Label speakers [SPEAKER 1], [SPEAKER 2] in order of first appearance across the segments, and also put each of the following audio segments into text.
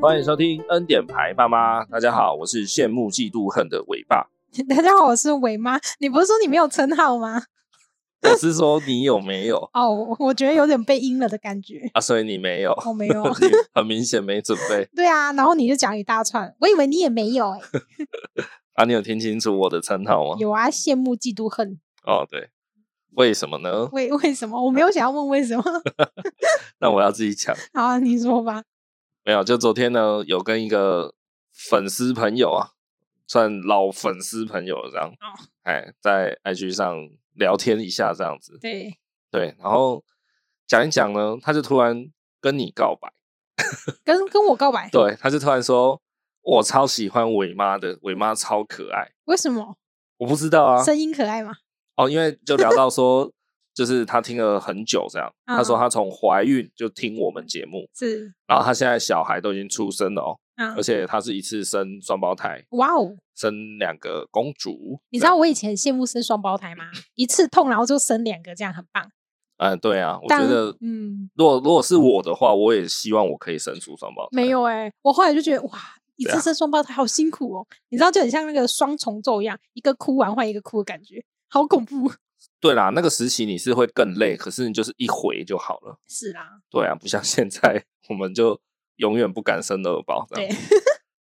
[SPEAKER 1] 欢迎收听《恩典牌爸妈》，大家好，我是羡慕嫉妒恨的伟 爸。
[SPEAKER 2] 大家好，我是伟妈。你不是说你没有称号吗？
[SPEAKER 1] 我是说你有没有
[SPEAKER 2] 哦，我我觉得有点被阴了的感觉。
[SPEAKER 1] 啊？所以你没有，。
[SPEAKER 2] 我、没有
[SPEAKER 1] 你很明显没准备
[SPEAKER 2] 对啊，然后你就讲一大串，我以为你也没有哎、
[SPEAKER 1] 哦啊？你有听清楚我的称号吗？
[SPEAKER 2] 有啊，羡慕、嫉妒、恨，
[SPEAKER 1] 哦，对，为什么呢？
[SPEAKER 2] 为为什么？我没有想要问为什么。
[SPEAKER 1] 那我要自己讲。
[SPEAKER 2] 好、啊，你说吧。
[SPEAKER 1] 没有，就昨天呢，有跟一个粉丝朋友啊，算老粉丝朋友这样，
[SPEAKER 2] 哦
[SPEAKER 1] 哎，在 IG 上聊天一下这样子，
[SPEAKER 2] 对，
[SPEAKER 1] 对，然后讲一讲呢，他就突然跟你告白，
[SPEAKER 2] 跟跟我告白，
[SPEAKER 1] 对，他就突然说，我超喜欢伟妈的，伟妈超可爱，
[SPEAKER 2] 为什么？
[SPEAKER 1] 我不知道啊，
[SPEAKER 2] 声音可爱吗？
[SPEAKER 1] 哦，因为就聊到说，就是他听了很久这样，他说
[SPEAKER 2] 嗯
[SPEAKER 1] 他从怀孕就听我们节目，
[SPEAKER 2] 是
[SPEAKER 1] 然后他现在小孩都已经出生了哦，
[SPEAKER 2] 啊
[SPEAKER 1] 而，且他是一次生双胞胎，
[SPEAKER 2] 哇哦！
[SPEAKER 1] 生两个公主，
[SPEAKER 2] 你知
[SPEAKER 1] 这样？
[SPEAKER 2] 道我以前羡慕生双胞胎吗？一次痛，然后就生两个，这样很棒。
[SPEAKER 1] 嗯，对啊，我觉
[SPEAKER 2] 但
[SPEAKER 1] 得，
[SPEAKER 2] 嗯，
[SPEAKER 1] 如果如果是我的话，我也希望我可以生出双胞胎。
[SPEAKER 2] 没有哎、我后来就觉得哇，一
[SPEAKER 1] 对
[SPEAKER 2] 次
[SPEAKER 1] 啊
[SPEAKER 2] 生双胞胎好辛苦哦，你知道就很像那个双重奏一样，一个哭完换一个哭的感觉，好 恐怖。
[SPEAKER 1] 对啦，那个时期你是会更累，可是你就是一回就好了。
[SPEAKER 2] 是啦，
[SPEAKER 1] 对啊，不像现在，我们就永远不敢生二宝。这
[SPEAKER 2] 对
[SPEAKER 1] 样，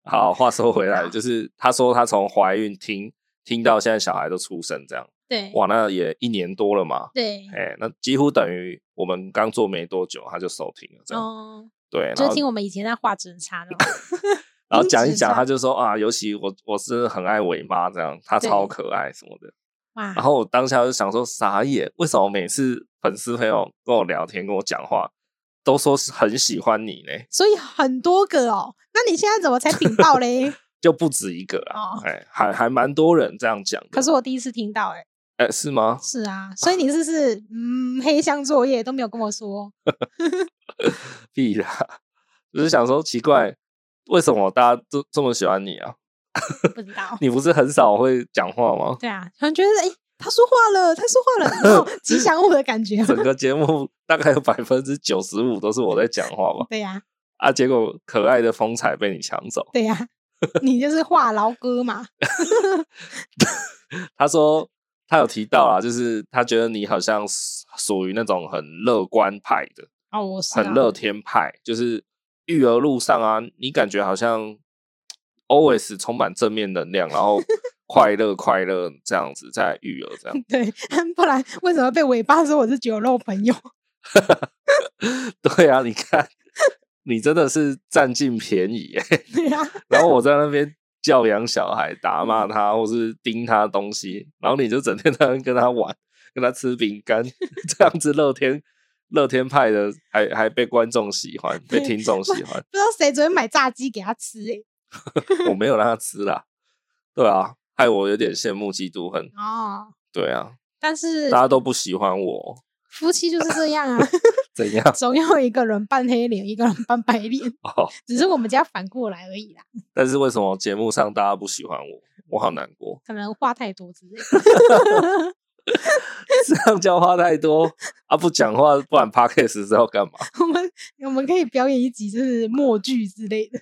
[SPEAKER 1] 好，话说回来，
[SPEAKER 2] 好
[SPEAKER 1] 就是他说他从怀孕听听到现在小孩都出生这样，
[SPEAKER 2] 对嗯
[SPEAKER 1] 哇，那也一年多了嘛。
[SPEAKER 2] 对，
[SPEAKER 1] 哎，那几乎等于我们刚做没多久，他就收听了，这样、
[SPEAKER 2] 哦，
[SPEAKER 1] 对。然
[SPEAKER 2] 就
[SPEAKER 1] 后
[SPEAKER 2] 听我们以前那画质很差那种
[SPEAKER 1] 然后讲一
[SPEAKER 2] 音质
[SPEAKER 1] 讲，
[SPEAKER 2] 差
[SPEAKER 1] 他就说啊，尤其我我是很爱伟妈这样，她
[SPEAKER 2] 对
[SPEAKER 1] 超可爱什么的。
[SPEAKER 2] 哇
[SPEAKER 1] 然，后我当下就想说，傻眼，为什么每次粉丝朋友跟我聊天、跟我讲话，都说是很喜欢你呢？
[SPEAKER 2] 所以很多个哦。那你现在怎么才禀报嘞？
[SPEAKER 1] 就不止一个啊，
[SPEAKER 2] 哦
[SPEAKER 1] 哎、还还蛮多人这样讲的。
[SPEAKER 2] 可是我第一次听到哎、
[SPEAKER 1] 哎、是吗？
[SPEAKER 2] 是啊，所以你是不是嗯黑箱作业都没有跟我说？
[SPEAKER 1] 屁啦！只是想说，奇怪，为什么大家都这么喜欢你啊？
[SPEAKER 2] 不知道。
[SPEAKER 1] 你不是很少会讲话吗？
[SPEAKER 2] 对啊，突然觉得哎、他说话了，他说 话了，然后吉祥物的感觉。
[SPEAKER 1] 整个节 目大概有百分之九十五都是我在讲话吧？
[SPEAKER 2] 对呀、
[SPEAKER 1] 啊，结果可爱的风采被你抢走。
[SPEAKER 2] 对呀、你就是话痨哥嘛。
[SPEAKER 1] 他说他有提到
[SPEAKER 2] 嗯
[SPEAKER 1] 啊，就是他觉得你好像是属于那种很乐观派的，
[SPEAKER 2] 哦， 我是、啊、
[SPEAKER 1] 很乐天派，就是育儿路上啊，你感觉好像 always 充满正面能量，然 后快乐快乐这样子在育儿这样。
[SPEAKER 2] 对， 不然为什么被尾巴说我是酒肉朋友？
[SPEAKER 1] 对啊，你看，你真的是占尽便宜、欸，
[SPEAKER 2] 对呀、
[SPEAKER 1] 然后我在那边。教养小孩、打骂
[SPEAKER 2] 嗯
[SPEAKER 1] 他，或是盯他东西，然后你就整天在那边跟他玩，跟他吃饼干， 这样子乐天乐天派的，还还被观众喜欢， 被听众喜欢。
[SPEAKER 2] 不知道谁昨天买炸鸡给他吃欸诶、
[SPEAKER 1] 我没有让他吃啦，对啊，害我有点羡慕嫉妒恨。
[SPEAKER 2] 哦，
[SPEAKER 1] 对啊，
[SPEAKER 2] 但是
[SPEAKER 1] 大家都不喜欢我，
[SPEAKER 2] 夫妻就是这 样啊，
[SPEAKER 1] 怎样？
[SPEAKER 2] 总要一个人扮黑脸，一个人扮白脸，
[SPEAKER 1] 哦，
[SPEAKER 2] 只是我们家反过来而已啦。
[SPEAKER 1] 但是为什么节目上大家不喜欢我？我好难过，
[SPEAKER 2] 可能话太多之类的。
[SPEAKER 1] 这样教话太多啊！不讲话，不然 podcast 是要干嘛？
[SPEAKER 2] 我们我们可以表演一集就是默剧之类的，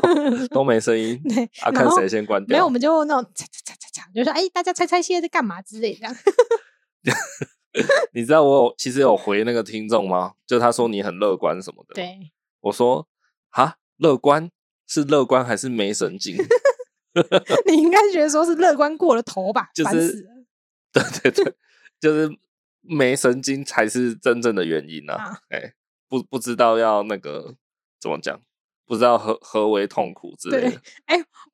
[SPEAKER 1] 都没声音
[SPEAKER 2] 对，
[SPEAKER 1] 啊，
[SPEAKER 2] 然
[SPEAKER 1] 看
[SPEAKER 2] 后
[SPEAKER 1] 谁先关
[SPEAKER 2] 没
[SPEAKER 1] 掉
[SPEAKER 2] 有我。们就那种 嚓嚓嚓嚓嚓，就说哎、大家猜猜现在在干嘛之类的这样。
[SPEAKER 1] 你知道我有其实有回那个听众吗？就他说你很乐观什么的，
[SPEAKER 2] 对，
[SPEAKER 1] 我说哈，乐观是乐观还是没神经？
[SPEAKER 2] 你应该觉得说是乐观过了头吧？
[SPEAKER 1] 就
[SPEAKER 2] 烦
[SPEAKER 1] 是
[SPEAKER 2] 死了
[SPEAKER 1] 对对对，就是没神经才是真正的原因啊
[SPEAKER 2] 啊！
[SPEAKER 1] 哎、不不知道要那个怎么讲，不知道何何为痛苦之类
[SPEAKER 2] 对
[SPEAKER 1] 的。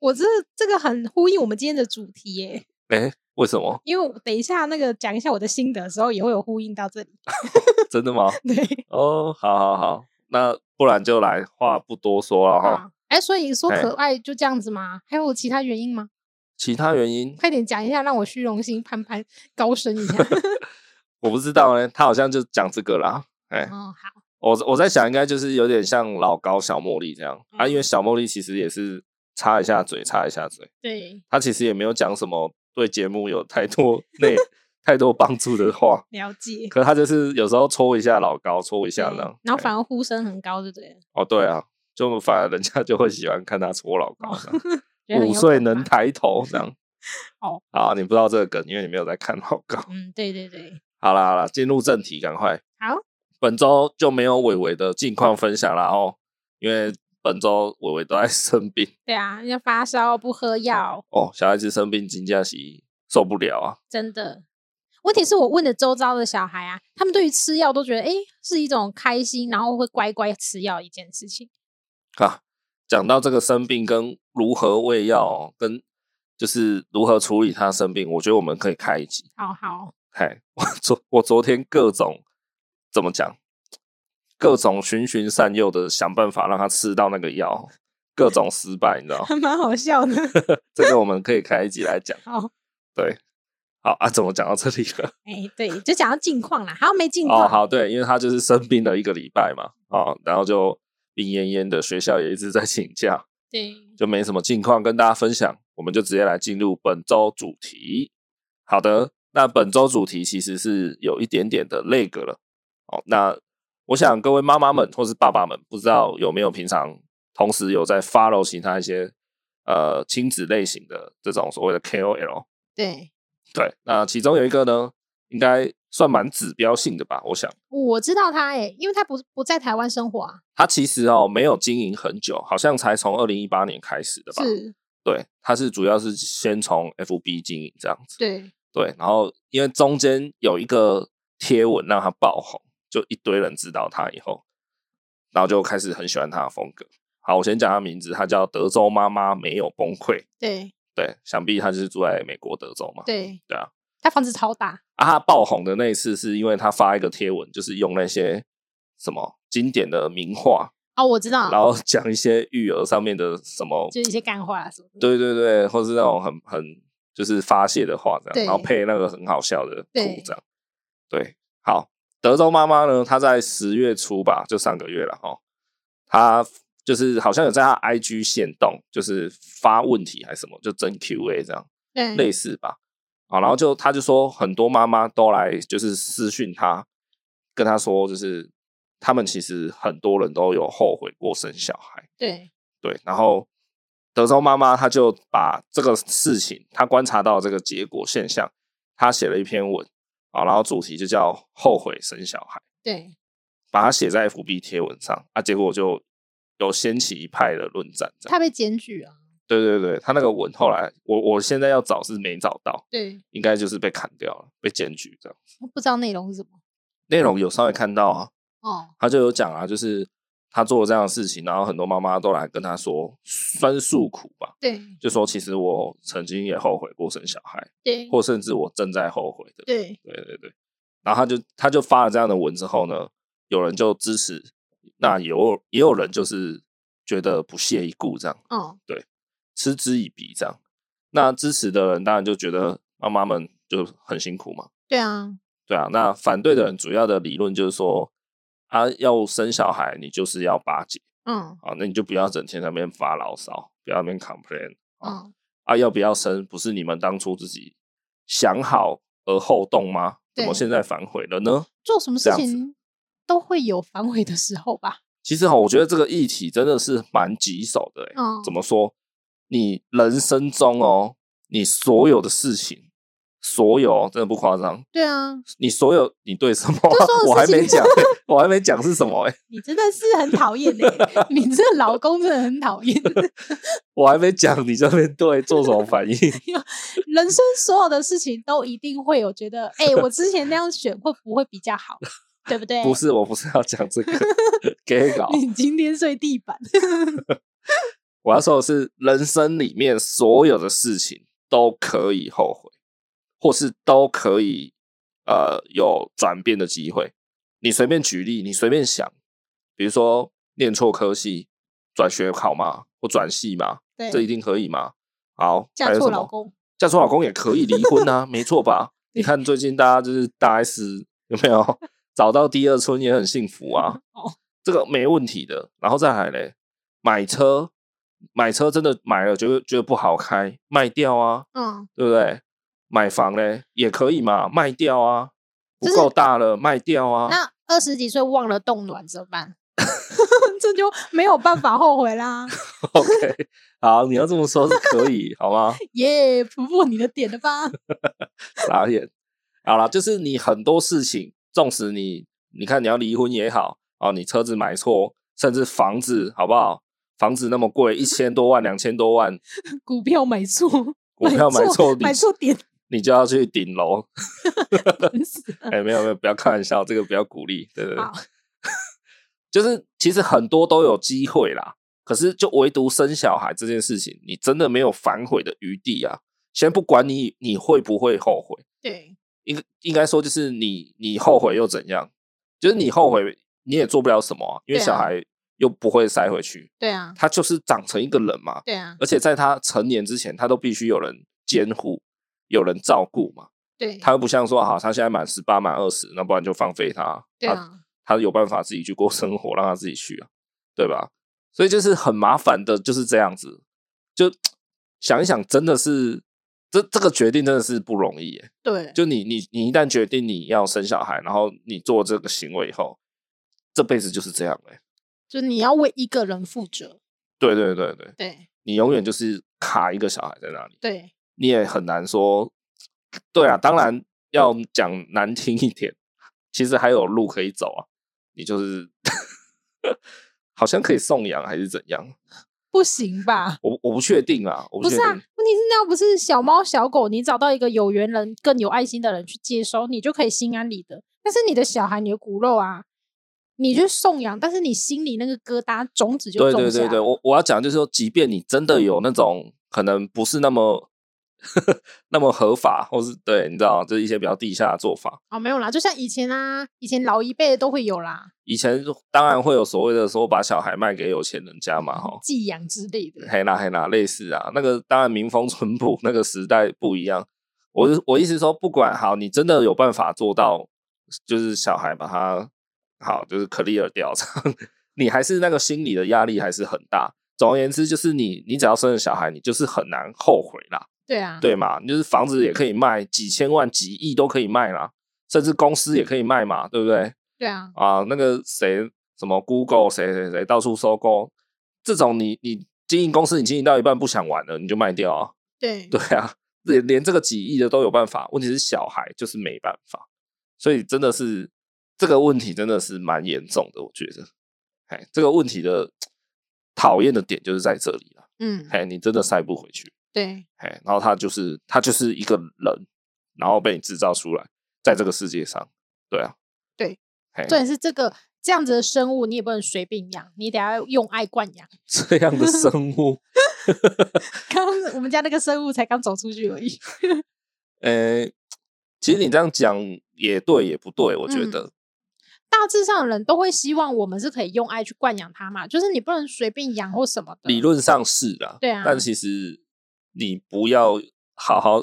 [SPEAKER 2] 我这这个很呼应我们今天的主题耶，
[SPEAKER 1] 哎、为什么？
[SPEAKER 2] 因为我等一下那个讲一下我的心得的时候，也会有呼应到这里。
[SPEAKER 1] 真的吗？
[SPEAKER 2] 对，
[SPEAKER 1] 哦，好好好，那不然就来，话不多说了哈。
[SPEAKER 2] 啊，哎，所以说
[SPEAKER 1] 哦哎
[SPEAKER 2] 可爱就这样子吗？还有其他原因吗？
[SPEAKER 1] 其他原因
[SPEAKER 2] 快点讲一下，让我虚荣心攀攀高升一下。
[SPEAKER 1] 我不知道呢，他好像就讲这个啦。哎、
[SPEAKER 2] 哦，好，
[SPEAKER 1] 我我在想，应该就是有点像老高小茉莉这样啊，因为小茉莉其实也是擦一下嘴，擦一下嘴。
[SPEAKER 2] 对，
[SPEAKER 1] 他其实也没有讲什么对节目有太 多内太多帮助的话，
[SPEAKER 2] 了 解。
[SPEAKER 1] 可他就是有时候戳一下老高，戳一下
[SPEAKER 2] 对
[SPEAKER 1] 这样，
[SPEAKER 2] 然后
[SPEAKER 1] 哎
[SPEAKER 2] 反而呼声很高，对不对了？
[SPEAKER 1] 哦对啊，就反而人家就会喜欢看他搓老高
[SPEAKER 2] 哦
[SPEAKER 1] 这样。
[SPEAKER 2] 觉得很
[SPEAKER 1] 五
[SPEAKER 2] 有
[SPEAKER 1] 岁
[SPEAKER 2] 感
[SPEAKER 1] 能
[SPEAKER 2] 吧。
[SPEAKER 1] 抬头这样
[SPEAKER 2] 哦，
[SPEAKER 1] 啊，你不知道这个梗，因为你没有在看老高。
[SPEAKER 2] 嗯，对对对，
[SPEAKER 1] 好啦好啦，进入正题，赶快。
[SPEAKER 2] 好，
[SPEAKER 1] 本周就没有伟伟的近况分享啦哦，因为本周伟伟都在生病
[SPEAKER 2] 对啊，要发烧不喝药，
[SPEAKER 1] 哦，小孩子生病金假期受不了啊。
[SPEAKER 2] 真的。问题是我问的周遭的小孩啊，他们对于吃药都觉得，哎，是一种开心，然后会乖乖吃药一件事情。
[SPEAKER 1] 啊，讲到这个生病跟如何喂药哦、跟就是如何处理他生病，我觉得我们可以开一集。
[SPEAKER 2] 好好，
[SPEAKER 1] 嗨，我 昨我昨天各种怎么讲，各种循循善诱的想办法让他吃到那个药，各种失败，你知道吗？
[SPEAKER 2] 还蛮好笑的。
[SPEAKER 1] 这个我们可以开一集来讲。
[SPEAKER 2] 好，
[SPEAKER 1] 对，好啊，怎么讲到这里了？
[SPEAKER 2] 哎，对，就讲到近况啦，好，没近况。
[SPEAKER 1] 哦，好，对，因为他就是生病了一个礼拜嘛，哦，然后就病恹恹的，学校也一直在请假，
[SPEAKER 2] 对，
[SPEAKER 1] 就没什么近况跟大家分享，我们就直接来进入本周主题。好的，那本周主题其实是有一点点的那个了。哦，那我想各位妈妈们或是爸爸们，不知道有没有平常同时有在 follow 其他一些呃亲子类型的这种所谓的 KOL？
[SPEAKER 2] 对，
[SPEAKER 1] 对，那其中有一个呢，应该算蛮指标性的吧，我想。
[SPEAKER 2] 我知道他哎，因为他不不在台湾生活啊，
[SPEAKER 1] 他其实哦没有经营很久，好像才从二零一八年开始的吧？
[SPEAKER 2] 是，
[SPEAKER 1] 对，他是主要是先从 FB 经营这样子。
[SPEAKER 2] 对，
[SPEAKER 1] 对，然后因为中间有一个贴文让他爆红，就一堆人知道他以后，然后就开始很喜欢他的风格。好，我先讲他名字，他叫德州妈妈没有崩溃。
[SPEAKER 2] 对，
[SPEAKER 1] 对，想必他就是住在美国德州嘛。
[SPEAKER 2] 对，
[SPEAKER 1] 对啊，
[SPEAKER 2] 他房子超大，
[SPEAKER 1] 啊，他爆红的那一次是因为他发一个贴文，就是用那些什么经典的名画，
[SPEAKER 2] 哦，我知道，
[SPEAKER 1] 然后讲一些育儿上面的什么，
[SPEAKER 2] 就是一些干话啊什么的。
[SPEAKER 1] 对对对，或是那种很很就是发泄的话这
[SPEAKER 2] 嗯对
[SPEAKER 1] 样，然后配那个很好笑的
[SPEAKER 2] 对
[SPEAKER 1] 图这样。对，好，德州妈妈呢，她在十月初吧，就上个月了哈，她就是好像有在她 IG 线动，就是发问题还是什么，就真 QA 这样，类
[SPEAKER 2] 对，
[SPEAKER 1] 似吧。好，然后就她就说很多妈妈都来就是私讯她，跟她说就是他们其实很多人都有后悔过生小孩。
[SPEAKER 2] 对，
[SPEAKER 1] 对，然后德州妈妈她就把这个事情，她观察到这个结果现象，她写了一篇文啊，然后主题就叫“后悔生小孩
[SPEAKER 2] 对，”，
[SPEAKER 1] 把它写在 FB 贴文上啊，结果就有掀起一派的论战。这样
[SPEAKER 2] 他被检举啊，
[SPEAKER 1] 对对对，她那个文后来我我现在要找是没找到，
[SPEAKER 2] 对，
[SPEAKER 1] 应该就是被砍掉了，被检举这样。
[SPEAKER 2] 我不知道内容是什么。
[SPEAKER 1] 内容有稍微看到啊，
[SPEAKER 2] 哦，
[SPEAKER 1] 她就有讲啊，就是她做了这样的事情，然后很多妈妈都来跟她说酸诉苦吧。
[SPEAKER 2] 对，
[SPEAKER 1] 就说其实我曾经也后悔过生小孩，
[SPEAKER 2] 对，
[SPEAKER 1] 或甚至我正在后悔的。
[SPEAKER 2] 对，
[SPEAKER 1] 对对对。然后他就他就发了这样的文之后呢，有人就支持，那有也有人就是觉得不屑一顾，这样
[SPEAKER 2] 哦，
[SPEAKER 1] 嗤之以鼻这样。那支持的人当然就觉得妈妈们就很辛苦嘛，
[SPEAKER 2] 对啊，
[SPEAKER 1] 对啊。那反对的人主要的理论就是说，啊，要生小孩你就是要巴结
[SPEAKER 2] 嗯，
[SPEAKER 1] 啊，那你就不要整天在那边发牢骚，不要在那边 complain。啊
[SPEAKER 2] 嗯，
[SPEAKER 1] 啊，要不要生，不是你们当初自己想好而后动吗？怎么
[SPEAKER 2] 对
[SPEAKER 1] 现在反悔了呢？
[SPEAKER 2] 做什么事
[SPEAKER 1] 这样子
[SPEAKER 2] 情都会有反悔的时候吧？
[SPEAKER 1] 其实哈，我觉得这个议题真的是蛮棘手的、欸。
[SPEAKER 2] 嗯，
[SPEAKER 1] 怎
[SPEAKER 2] 么？
[SPEAKER 1] 么说？你人生中哦，你所有的事情，所有哦真的不夸张，
[SPEAKER 2] 对啊，
[SPEAKER 1] 你所有你对什么
[SPEAKER 2] 就所有，
[SPEAKER 1] 我还
[SPEAKER 2] 事情
[SPEAKER 1] 没 讲欸、我还没讲是什么、欸，
[SPEAKER 2] 你真的是很讨厌哎，你这个老公真的很讨厌。
[SPEAKER 1] 我还没讲，你这边对做什么 反应？
[SPEAKER 2] 人生所有的事情都一定会有觉得，哎，我之前那样选会不会比较好？对不对？
[SPEAKER 1] 不，是，我不是要讲 这个，给搞。
[SPEAKER 2] 你今天睡地板。
[SPEAKER 1] 我要说的是，人生里面所有的事情都可以后悔，或是都可以呃有转变的机会。你随便举例，你随便想，比如说念错科系，转学考嘛，或转系嘛，这一
[SPEAKER 2] 对，
[SPEAKER 1] 定可以吗？好，还
[SPEAKER 2] 嫁
[SPEAKER 1] 有
[SPEAKER 2] 错
[SPEAKER 1] 什
[SPEAKER 2] 老
[SPEAKER 1] 么？
[SPEAKER 2] 公，
[SPEAKER 1] 嫁错老公也可以离婚啊，没错吧？你看最近大家就是大 S 有没有找到第二春也很幸福啊？
[SPEAKER 2] 哦，
[SPEAKER 1] 这个没问题的。然后再来嘞，买车，买车真的买了觉得觉得不好开，卖掉啊，
[SPEAKER 2] 嗯，
[SPEAKER 1] 对不对？买房嘞也可以嘛，卖掉啊，不
[SPEAKER 2] 就是
[SPEAKER 1] 够大了卖掉啊。
[SPEAKER 2] 那二十几岁忘了冻卵怎么办？这就没有办法后悔啦。
[SPEAKER 1] OK，好，你要这么说是可以，好吗？
[SPEAKER 2] 耶，突破你的点了吧？
[SPEAKER 1] 傻眼。好啦，就是你很多事情，纵使你你看你要离婚也好，哦，你车子买错，甚至房子好不好？房子那么贵，一千多万、两千多万，
[SPEAKER 2] 股票买错，
[SPEAKER 1] 股票买错，你
[SPEAKER 2] 买错点，
[SPEAKER 1] 你就要去顶楼。
[SPEAKER 2] 烦死了
[SPEAKER 1] 哎、 没有没有，不要开玩笑，这个不要鼓励，对对对
[SPEAKER 2] 好。
[SPEAKER 1] 就是其实很多都有机会啦，可是就唯独生小孩这件事情，你真的没有反悔的余地啊！先不管你你会不会后悔，
[SPEAKER 2] 对，
[SPEAKER 1] 应应该说就是你你后悔又怎样？就是你后悔你也做不了什么、啊，因为
[SPEAKER 2] 嗯对啊
[SPEAKER 1] 小孩又不会塞回去，
[SPEAKER 2] 对啊，
[SPEAKER 1] 他就是长成一个人嘛。
[SPEAKER 2] 对啊，
[SPEAKER 1] 而且在他成年之前，他都必须有人监护，有人照顾嘛。
[SPEAKER 2] 对，
[SPEAKER 1] 他又不像说，好，他现在满十八、满二十，那不然就放飞他。
[SPEAKER 2] 对
[SPEAKER 1] 他
[SPEAKER 2] 啊，
[SPEAKER 1] 他有办法自己去过生活，让他自己去啊，对吧？所以就是很麻烦的，就是这样子。就想一想，真的是这这个决定真的是不容易耶、
[SPEAKER 2] 对，
[SPEAKER 1] 就你你你一旦决定你要生小孩，然后你做这个行为以后，这辈子就是这样哎、
[SPEAKER 2] 就你要为一个人负责，
[SPEAKER 1] 对对对对，
[SPEAKER 2] 对
[SPEAKER 1] 你永远就是卡一个小孩在那里。
[SPEAKER 2] 对
[SPEAKER 1] 你也很难说。对啊，当然要讲难听一点，其实还有路可以走啊。你就是 好像可以送养还是怎样，
[SPEAKER 2] 不行吧？
[SPEAKER 1] 我我不确定啊，我
[SPEAKER 2] 不
[SPEAKER 1] 确
[SPEAKER 2] 是啊，
[SPEAKER 1] 定。
[SPEAKER 2] 问题是那要不是小猫小狗，你找到一个有缘人、更有爱心的人去接收，你就可以心安理得。但是你的小孩、你的骨肉啊，你去送养，但是你心里那个疙瘩种子就
[SPEAKER 1] 对
[SPEAKER 2] 种
[SPEAKER 1] 对
[SPEAKER 2] 下嗯
[SPEAKER 1] 对对，
[SPEAKER 2] 了
[SPEAKER 1] 我我要讲就是说，即便你真的有那种可能不是那么 那么合法，或是对你知道，就是一些比较地下的做法。
[SPEAKER 2] 哦，没有啦，就像以前啊，以前老一辈都会有啦，
[SPEAKER 1] 以前当然会有所谓的说把小孩卖给有钱人家嘛，哈，
[SPEAKER 2] 寄养之类的。
[SPEAKER 1] 黑啦黑啦，类似啊，那个当然民风淳朴，那个时代不一样。我是我意思说，不管好，你真的有办法做到，就是小孩把他好，就是 clear 掉，这样你还是那个心理的压力还是很大。总而言之，就是你你只要生了小孩，你就是很难后悔啦，
[SPEAKER 2] 对啊，
[SPEAKER 1] 对嘛？你就是房子也可以卖，几千万、几亿都可以卖啦，甚至公司也可以卖嘛，对不对？
[SPEAKER 2] 对啊，
[SPEAKER 1] 啊，那个谁什么 Google 谁谁谁到处收购，这种你你经营公司你经营到一半不想玩了，你就卖掉啊，
[SPEAKER 2] 对
[SPEAKER 1] 对啊，连连这个几亿的都有办法，问题是小孩就是没办法，所以真的是这个问题真的是蛮严重的，我觉得，哎，这个问题的讨厌的点就是在这里了，
[SPEAKER 2] 嗯，
[SPEAKER 1] 哎，你真的塞不回去，
[SPEAKER 2] 对
[SPEAKER 1] 哎，然后他就是他就是一个人，然后被你制造出来，在这个世界上，对啊，
[SPEAKER 2] 对
[SPEAKER 1] 嘿，
[SPEAKER 2] 重点是这个这样子的生物，你也不能随便养，你得要用爱惯养。
[SPEAKER 1] 这样的生物。
[SPEAKER 2] 刚我们家那个生物才刚走出去而已。
[SPEAKER 1] 呃、其实你这样讲也对，也不对，我觉
[SPEAKER 2] 嗯
[SPEAKER 1] 得。
[SPEAKER 2] 大致上人都会希望我们是可以用爱去惯养它嘛，就是你不能随便养或什么的。
[SPEAKER 1] 理论上是啦，
[SPEAKER 2] 对啊
[SPEAKER 1] 但其实你不要好 好，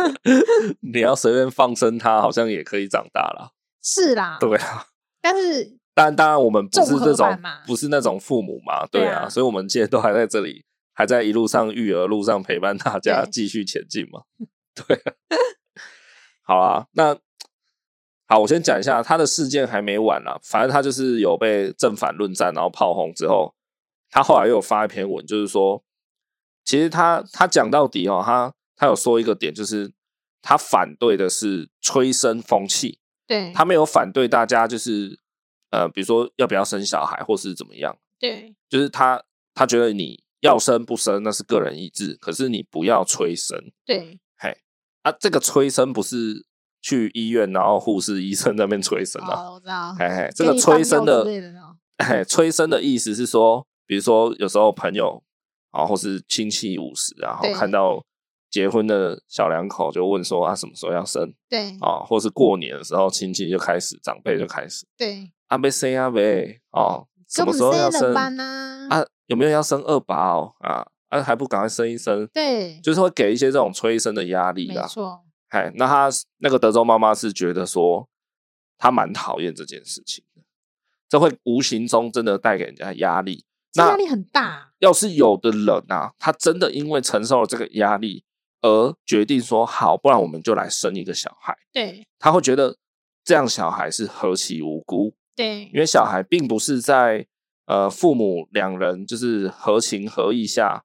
[SPEAKER 1] 你要随便放生它，好像也可以长大啦。
[SPEAKER 2] 是啦，
[SPEAKER 1] 对啊，
[SPEAKER 2] 但是
[SPEAKER 1] 当然，当然我们不是
[SPEAKER 2] 综合
[SPEAKER 1] 这种
[SPEAKER 2] 版嘛，
[SPEAKER 1] 不是那种父母嘛，对
[SPEAKER 2] 对
[SPEAKER 1] 啊，
[SPEAKER 2] 啊
[SPEAKER 1] 所以我们现在都还在这里，还在一路上育儿路上陪伴大家
[SPEAKER 2] 对
[SPEAKER 1] 继续前进嘛。 对啊，好啊，那好，我先讲一下他的事件还没完啊，反正他就是有被正反论战，然后炮轰之后，他后来又有发一篇文，就是说，其实他他讲到底哦，他他有说一个点，就是他反对的是催生风气，
[SPEAKER 2] 对
[SPEAKER 1] 他没有反对大家就是呃，比如说要不要生小孩，或是怎么样，
[SPEAKER 2] 对
[SPEAKER 1] 就是他他觉得你要生不生那是个人意志，可是你不要催生
[SPEAKER 2] 对
[SPEAKER 1] 啊。这个催生不是去医院然后护士医生那边催生啊，
[SPEAKER 2] 哦，我知道，
[SPEAKER 1] 哎、嘿这
[SPEAKER 2] 给
[SPEAKER 1] 个
[SPEAKER 2] 你
[SPEAKER 1] 催
[SPEAKER 2] 放
[SPEAKER 1] 生
[SPEAKER 2] 药
[SPEAKER 1] 的
[SPEAKER 2] 之类的哦
[SPEAKER 1] 哎，催生的意思是说，比如说有时候朋友啊，或是亲戚五十啊，然
[SPEAKER 2] 对
[SPEAKER 1] 后看到结婚的小两口就问说啊什么时候要生
[SPEAKER 2] 对
[SPEAKER 1] 啊，或是过年的时候亲戚就开始长辈就开始。
[SPEAKER 2] 对，
[SPEAKER 1] 阿贝啊生阿贝哦，什
[SPEAKER 2] 跟
[SPEAKER 1] 么
[SPEAKER 2] 我们
[SPEAKER 1] 时候要
[SPEAKER 2] 生
[SPEAKER 1] 生
[SPEAKER 2] 人班呐？
[SPEAKER 1] 啊？有没有要生二八哦？啊啊，还不赶快生一生？
[SPEAKER 2] 对，
[SPEAKER 1] 就是会给一些这种催生的压力
[SPEAKER 2] 没
[SPEAKER 1] 啦。
[SPEAKER 2] 错，
[SPEAKER 1] 哎，那他那个德州妈妈是觉得说，她蛮讨厌这件事情的，这会无形中真的带给人家压力。
[SPEAKER 2] 这
[SPEAKER 1] 那嗯
[SPEAKER 2] 压力很大。
[SPEAKER 1] 要是有的人啊，他真的因为承受了这个压力而决定说，好，不然我们就来生一个小孩，
[SPEAKER 2] 对
[SPEAKER 1] 他会觉得这样小孩是何其无辜。
[SPEAKER 2] 对
[SPEAKER 1] 因为小孩并不是在呃父母两人就是合情合意下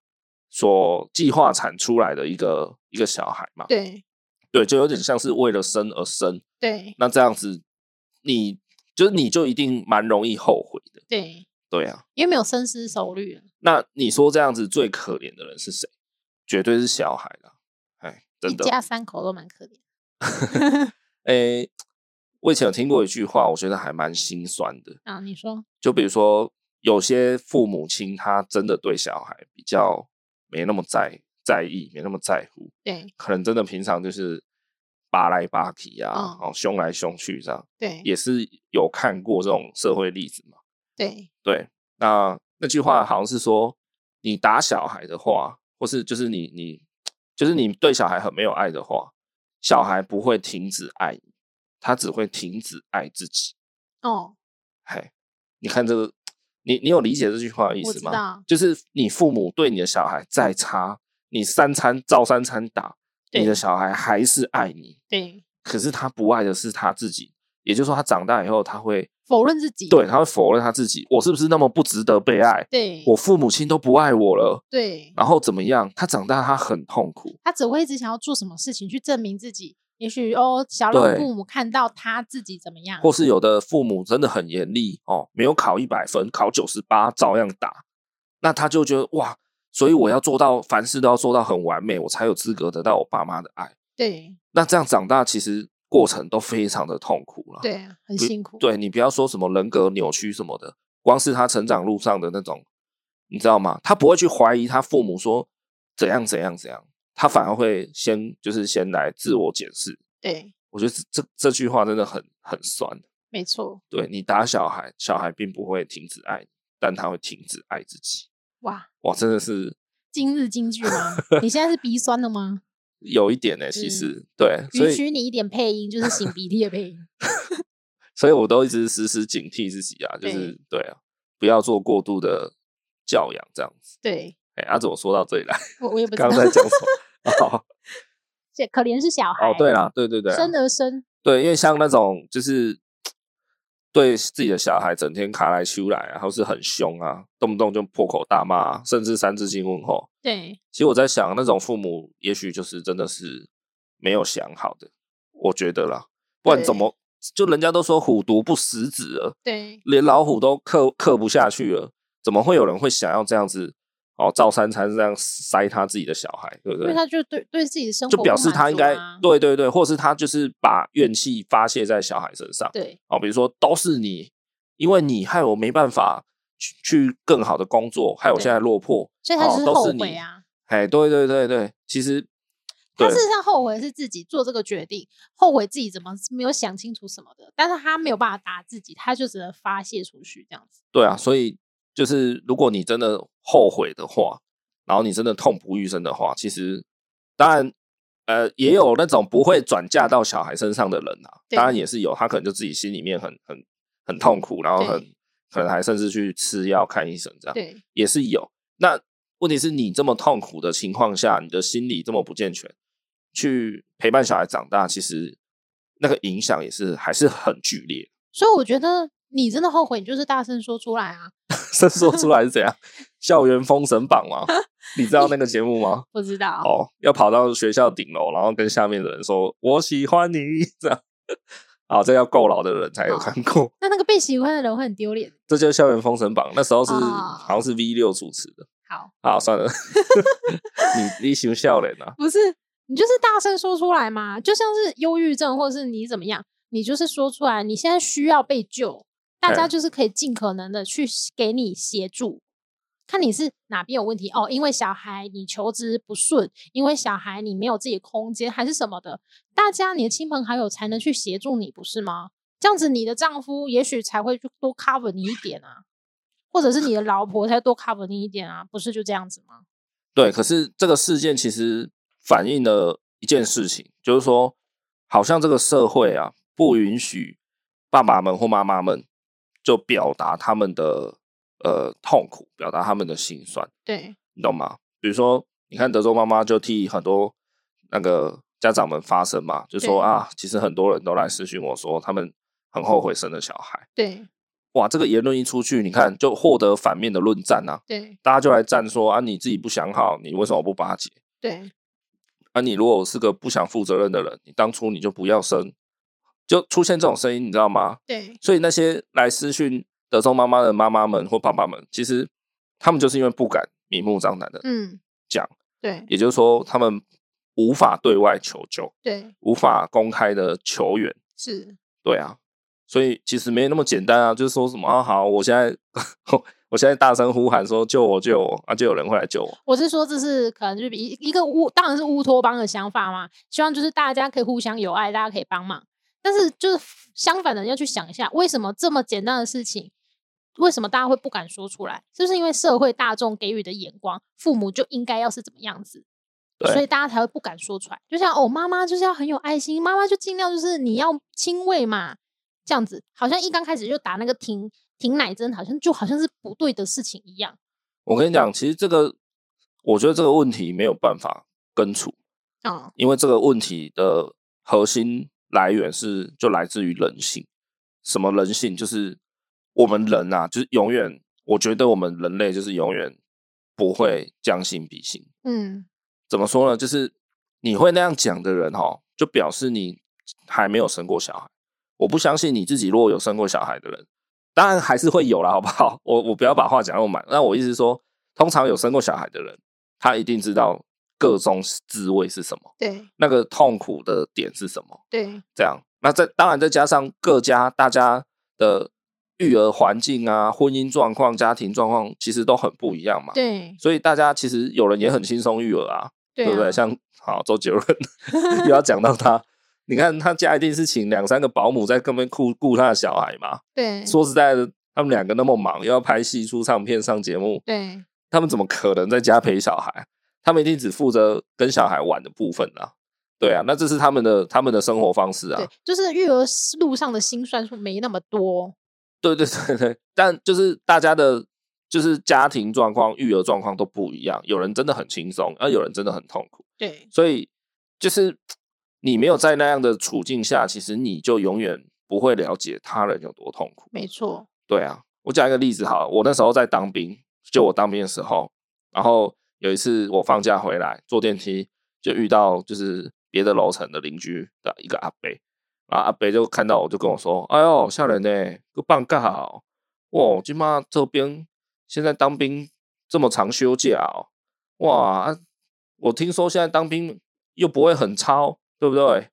[SPEAKER 1] 所计划产出来的一个一个小孩嘛，
[SPEAKER 2] 对
[SPEAKER 1] 对，就有点像是为了生而生，
[SPEAKER 2] 对
[SPEAKER 1] 那这样子你就是你就一定蛮容易后悔的，
[SPEAKER 2] 对，
[SPEAKER 1] 对啊，
[SPEAKER 2] 因为没有深思熟虑了，
[SPEAKER 1] 那你说这样子最可怜的人是谁？绝对是小孩啦，哎，真
[SPEAKER 2] 一
[SPEAKER 1] 的，
[SPEAKER 2] 家三口都蛮可怜。
[SPEAKER 1] 诶、我以前有听过一句话，我觉得还蛮心酸的。
[SPEAKER 2] 啊，你说，
[SPEAKER 1] 就比如说，有些父母亲他真的对小孩比较没那么在在意，没那么在乎，
[SPEAKER 2] 对
[SPEAKER 1] 可能真的平常就是扒来扒去啊，
[SPEAKER 2] 嗯
[SPEAKER 1] 哦，凶来凶去这样，
[SPEAKER 2] 对
[SPEAKER 1] 也是有看过这种社会例子嘛。
[SPEAKER 2] 对
[SPEAKER 1] 对，那那句话好像是说，你打小孩的话，或是就是你你就是你对小孩很没有爱的话，小孩不会停止爱你，他只会停止爱自己。
[SPEAKER 2] 哦，
[SPEAKER 1] 嘿，你看这个，你你有理解这句话的意
[SPEAKER 2] 我
[SPEAKER 1] 思
[SPEAKER 2] 知
[SPEAKER 1] 吗？
[SPEAKER 2] 道，
[SPEAKER 1] 就是你父母对你的小孩再差，你三餐照三餐打，你
[SPEAKER 2] 对
[SPEAKER 1] 的小孩还是爱你。
[SPEAKER 2] 对，
[SPEAKER 1] 可是他不爱的是他自己，也就是说，他长大以后他会
[SPEAKER 2] 否认自己，
[SPEAKER 1] 对他会否认他自己，我是不是那么不值得被爱？
[SPEAKER 2] 对
[SPEAKER 1] 我父母亲都不爱我了，
[SPEAKER 2] 对，
[SPEAKER 1] 然后怎么样？他长大他很痛苦，
[SPEAKER 2] 他只会一直想要做什么事情去证明自己。也许哦，小老
[SPEAKER 1] 对
[SPEAKER 2] 父母看到他自己怎么样，
[SPEAKER 1] 或是有的父母真的很严厉哦，没有考一百分，考九十八照样打，那他就觉得哇，所以我要做到凡事都要做到很完美，我才有资格得到我爸妈的爱。
[SPEAKER 2] 对
[SPEAKER 1] 那这样长大其实过程都非常的痛苦了。
[SPEAKER 2] 对啊，很
[SPEAKER 1] 不
[SPEAKER 2] 辛苦，
[SPEAKER 1] 对你不要说什么人格扭曲什么的，光是他成长路上的那种，你知道吗？他不会去怀疑他父母说怎样怎样怎样，他反而会先就是先来自我检视。
[SPEAKER 2] 对，
[SPEAKER 1] 我觉得这这这句话真的很很酸。
[SPEAKER 2] 没错，
[SPEAKER 1] 对你打小孩，小孩并不会停止爱你，但他会停止爱自己。
[SPEAKER 2] 哇，
[SPEAKER 1] 哇，真的是
[SPEAKER 2] 今日金 句吗？你现在是鼻酸了吗？
[SPEAKER 1] 有一点呢、欸其
[SPEAKER 2] 嗯
[SPEAKER 1] 实、对，所
[SPEAKER 2] 允
[SPEAKER 1] 以
[SPEAKER 2] 许你一点配音，就是擤鼻涕的配音。
[SPEAKER 1] 所以我都一直时时警惕自己啊，就是对啊，不要做过度的教养这样子。
[SPEAKER 2] 对
[SPEAKER 1] 哎、阿、怎么说到这里来？
[SPEAKER 2] 我我也不知道
[SPEAKER 1] 刚，才讲什么？哦
[SPEAKER 2] 这可怜是小孩
[SPEAKER 1] 哦，对啦，对对对啊，
[SPEAKER 2] 生而生，
[SPEAKER 1] 对，因为像那种就是对自己的小孩整天卡来修来啊，然后是很凶啊，动不动就破口大骂、啊，甚至三字经问候。
[SPEAKER 2] 对
[SPEAKER 1] 其实我在想，那种父母也许就是真的是没有想好的，我觉得啦，不然怎么就人家都说虎毒不食子了，
[SPEAKER 2] 对
[SPEAKER 1] 连老虎都克克不下去了，怎么会有人会想要这样子哦，照三餐这样塞他自己的小孩，对不
[SPEAKER 2] 因
[SPEAKER 1] 对
[SPEAKER 2] 为？他就对对自己的生活
[SPEAKER 1] 就表
[SPEAKER 2] 不
[SPEAKER 1] 示
[SPEAKER 2] 满
[SPEAKER 1] 他应
[SPEAKER 2] 足
[SPEAKER 1] 该
[SPEAKER 2] 啊
[SPEAKER 1] 对对对，或是他就是把怨气发泄在小孩身上
[SPEAKER 2] 对
[SPEAKER 1] 哦，比如说都是你，因为你害我没办法去去更好的工作，害我
[SPEAKER 2] 对
[SPEAKER 1] 现在落魄，
[SPEAKER 2] 所以他
[SPEAKER 1] 哦
[SPEAKER 2] 就是
[SPEAKER 1] 都
[SPEAKER 2] 后
[SPEAKER 1] 是
[SPEAKER 2] 悔
[SPEAKER 1] 你，
[SPEAKER 2] 啊。
[SPEAKER 1] 哎，对对对对，其实
[SPEAKER 2] 他
[SPEAKER 1] 对
[SPEAKER 2] 事实上后悔是自己做这个决定，后悔自己怎么没有想清楚什么的，但是他没有办法打自己，他就只能发泄出去这样子。
[SPEAKER 1] 对啊，所以就是如果你真的后悔的话，然后你真的痛不欲生的话，其实当然。呃，也有那种不会转嫁到小孩身上的人啊，
[SPEAKER 2] 对
[SPEAKER 1] 当然也是有，他可能就自己心里面很很很痛苦，然后很
[SPEAKER 2] 对
[SPEAKER 1] 可能还甚至去吃药看医生这样。
[SPEAKER 2] 对
[SPEAKER 1] 也是有。那问题是你这么痛苦的情况下，你的心理这么不健全，去陪伴小孩长大，其实那个影响也是还是很剧烈。
[SPEAKER 2] 所以我觉得你真的后悔，你就是大声说出来啊！
[SPEAKER 1] 这说出 来是怎样？校园封神榜吗？你知道那个节目吗？
[SPEAKER 2] 不知道，
[SPEAKER 1] 哦，要跑到学校顶楼，然后跟下面的人说“我喜欢你” 这样。啊，这要够老的人才有看过。
[SPEAKER 2] 那那个被喜欢的人会很丢脸。
[SPEAKER 1] 这就是校园封神榜，那时候是、
[SPEAKER 2] 哦
[SPEAKER 1] 好像是 V 六主持的。
[SPEAKER 2] 好，
[SPEAKER 1] 好，算了， 你你喜欢笑脸啊？
[SPEAKER 2] 不是你就是大声说出来嘛，就像是忧郁症或是你怎么样，你就是说出来，你现在需要被救，大家
[SPEAKER 1] 哎
[SPEAKER 2] 就是可以尽可能的去给你协助。看你是哪边有问题哦，因为小孩你求职不顺，因为小孩你没有自己的空间，还是什么的，大家你的亲朋好友才能去协助你，不是吗？这样子你的丈夫也许才会去多 cover 你一点啊，或者是你的老婆才多 cover 你一点啊，不是就这样子吗？
[SPEAKER 1] 对，可是这个事件其实反映了一件事情，就是说，好像这个社会啊，不允许爸爸们或妈妈们就表达他们的呃痛苦，表达他们的心酸，
[SPEAKER 2] 对
[SPEAKER 1] 你懂吗？比如说，你看德州妈妈就替很多那个家长们发声嘛，就说
[SPEAKER 2] 对
[SPEAKER 1] 啊，其实很多人都来私讯我说，他们很后悔生了小孩。
[SPEAKER 2] 对
[SPEAKER 1] 哇，这个言论一出去，你看就获得反面的论战啊，
[SPEAKER 2] 对
[SPEAKER 1] 大家就来站说啊，你自己不想好，你为什么不巴结？
[SPEAKER 2] 对
[SPEAKER 1] 啊，你如果是个不想负责任的人，你当初你就不要生，就出现这种声音，你知道吗？
[SPEAKER 2] 对
[SPEAKER 1] 所以那些来私讯德州妈妈的妈妈们或爸爸们，其实他们就是因为不敢明目张胆的
[SPEAKER 2] 嗯
[SPEAKER 1] 讲，
[SPEAKER 2] 对
[SPEAKER 1] 也就是说，他们无法对外求救，
[SPEAKER 2] 对
[SPEAKER 1] 无法公开的求援。
[SPEAKER 2] 是
[SPEAKER 1] 对啊，所以其实没那么简单啊，就是说什么啊，好，我现在我现在大声呼喊说救我救我啊，就有人会来救我。
[SPEAKER 2] 我是说，这是可能就是一一个乌，当然是乌托邦的想法嘛。希望就是大家可以互相友爱，大家可以帮忙。但是就是相反的，要去想一下，为什么这么简单的事情，为什么大家会不敢说出来？是不是因为社会大众给予的眼光，父母就应该要是怎么样子，
[SPEAKER 1] 对
[SPEAKER 2] 所以大家才会不敢说出来？就像哦，妈妈就是要很有爱心，妈妈就尽量就是你要亲喂嘛，这样子，好像一刚开始就打那个停停奶针，好像就好像是不对的事情一样。
[SPEAKER 1] 我跟你讲，其实这个我觉得这个问题没有办法根除，
[SPEAKER 2] 哦，
[SPEAKER 1] 因为这个问题的核心来源是就来自于人性。什么人性？就是我们人啊，就是永远，我觉得我们人类就是永远不会将心比心。
[SPEAKER 2] 嗯，
[SPEAKER 1] 怎么说呢？就是你会那样讲的人哦，就表示你还没有生过小孩。我不相信你自己如果有生过小孩的人，当然还是会有啦，好不好？ 我我不要把话讲那么满。那我意思是说，通常有生过小孩的人，他一定知道各种滋味是什么，
[SPEAKER 2] 对
[SPEAKER 1] 那个痛苦的点是什么。
[SPEAKER 2] 对。
[SPEAKER 1] 这样，那再当然再加上各家大家的育儿环境啊、婚姻状况、家庭状况，其实都很不一样嘛。
[SPEAKER 2] 对
[SPEAKER 1] 所以大家其实有人也很轻松育儿啊，
[SPEAKER 2] 对
[SPEAKER 1] 对不对？
[SPEAKER 2] 啊
[SPEAKER 1] 像好周杰 伦又要讲到他，你看他家一定是请两三个保姆在跟边顾顾他的小孩嘛。
[SPEAKER 2] 对
[SPEAKER 1] 说实在的，他们两个那么忙，又要拍戏、出唱片、上节目，
[SPEAKER 2] 对
[SPEAKER 1] 他们怎么可能在家陪小孩？他们一定只负责跟小孩玩的部分啊。对啊，那这是他们的他们的生活方式啊
[SPEAKER 2] 对。，就是育儿路上的辛酸数没那么多。
[SPEAKER 1] 对对对对，但就是大家的，就是家庭状况、育儿状况都不一样。有人真的很轻松，而有人真的很痛苦。
[SPEAKER 2] 对
[SPEAKER 1] 所以就是你没有在那样的处境下，其实你就永远不会了解他人有多痛苦。
[SPEAKER 2] 没错。
[SPEAKER 1] 对啊，我讲一个例子好了，我那时候在当兵，就我当兵的时候，然后有一次我放假回来坐电梯，就遇到就是别的楼层的邻居的一个阿伯，然后阿伯就看到我就跟我说：“哎呦，吓人呢、欸，个棒尬哦，哇，今妈这边现在当兵这么长休假哦，哇，啊我听说现在当兵又不会很超，对不对？”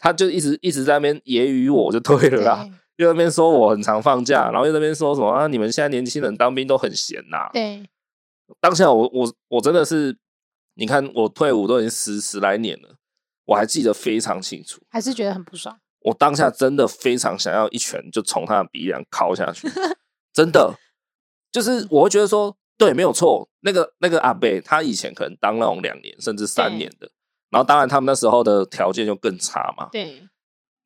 [SPEAKER 1] 他就一直一直在那边揶揄我，就对啊了啦。又在那边说我很常放
[SPEAKER 2] 嗯
[SPEAKER 1] 假，然后又在那边说什么啊，你们现在年轻人当兵都很闲呐、
[SPEAKER 2] 对
[SPEAKER 1] 当下我我我真的是，你看我退伍都已经十十来年了，我还记得非常清楚。
[SPEAKER 2] 还是觉得很不爽。
[SPEAKER 1] 我当
[SPEAKER 2] 嗯
[SPEAKER 1] 下真的非常想要一拳就从他的鼻梁敲下去，真的，就是
[SPEAKER 2] 嗯
[SPEAKER 1] 我会觉得说，对，没有错，那个那个阿贝他以前可能当那种两年甚至三
[SPEAKER 2] 对
[SPEAKER 1] 年的，然后当然他们那时候的条件就更差嘛，
[SPEAKER 2] 对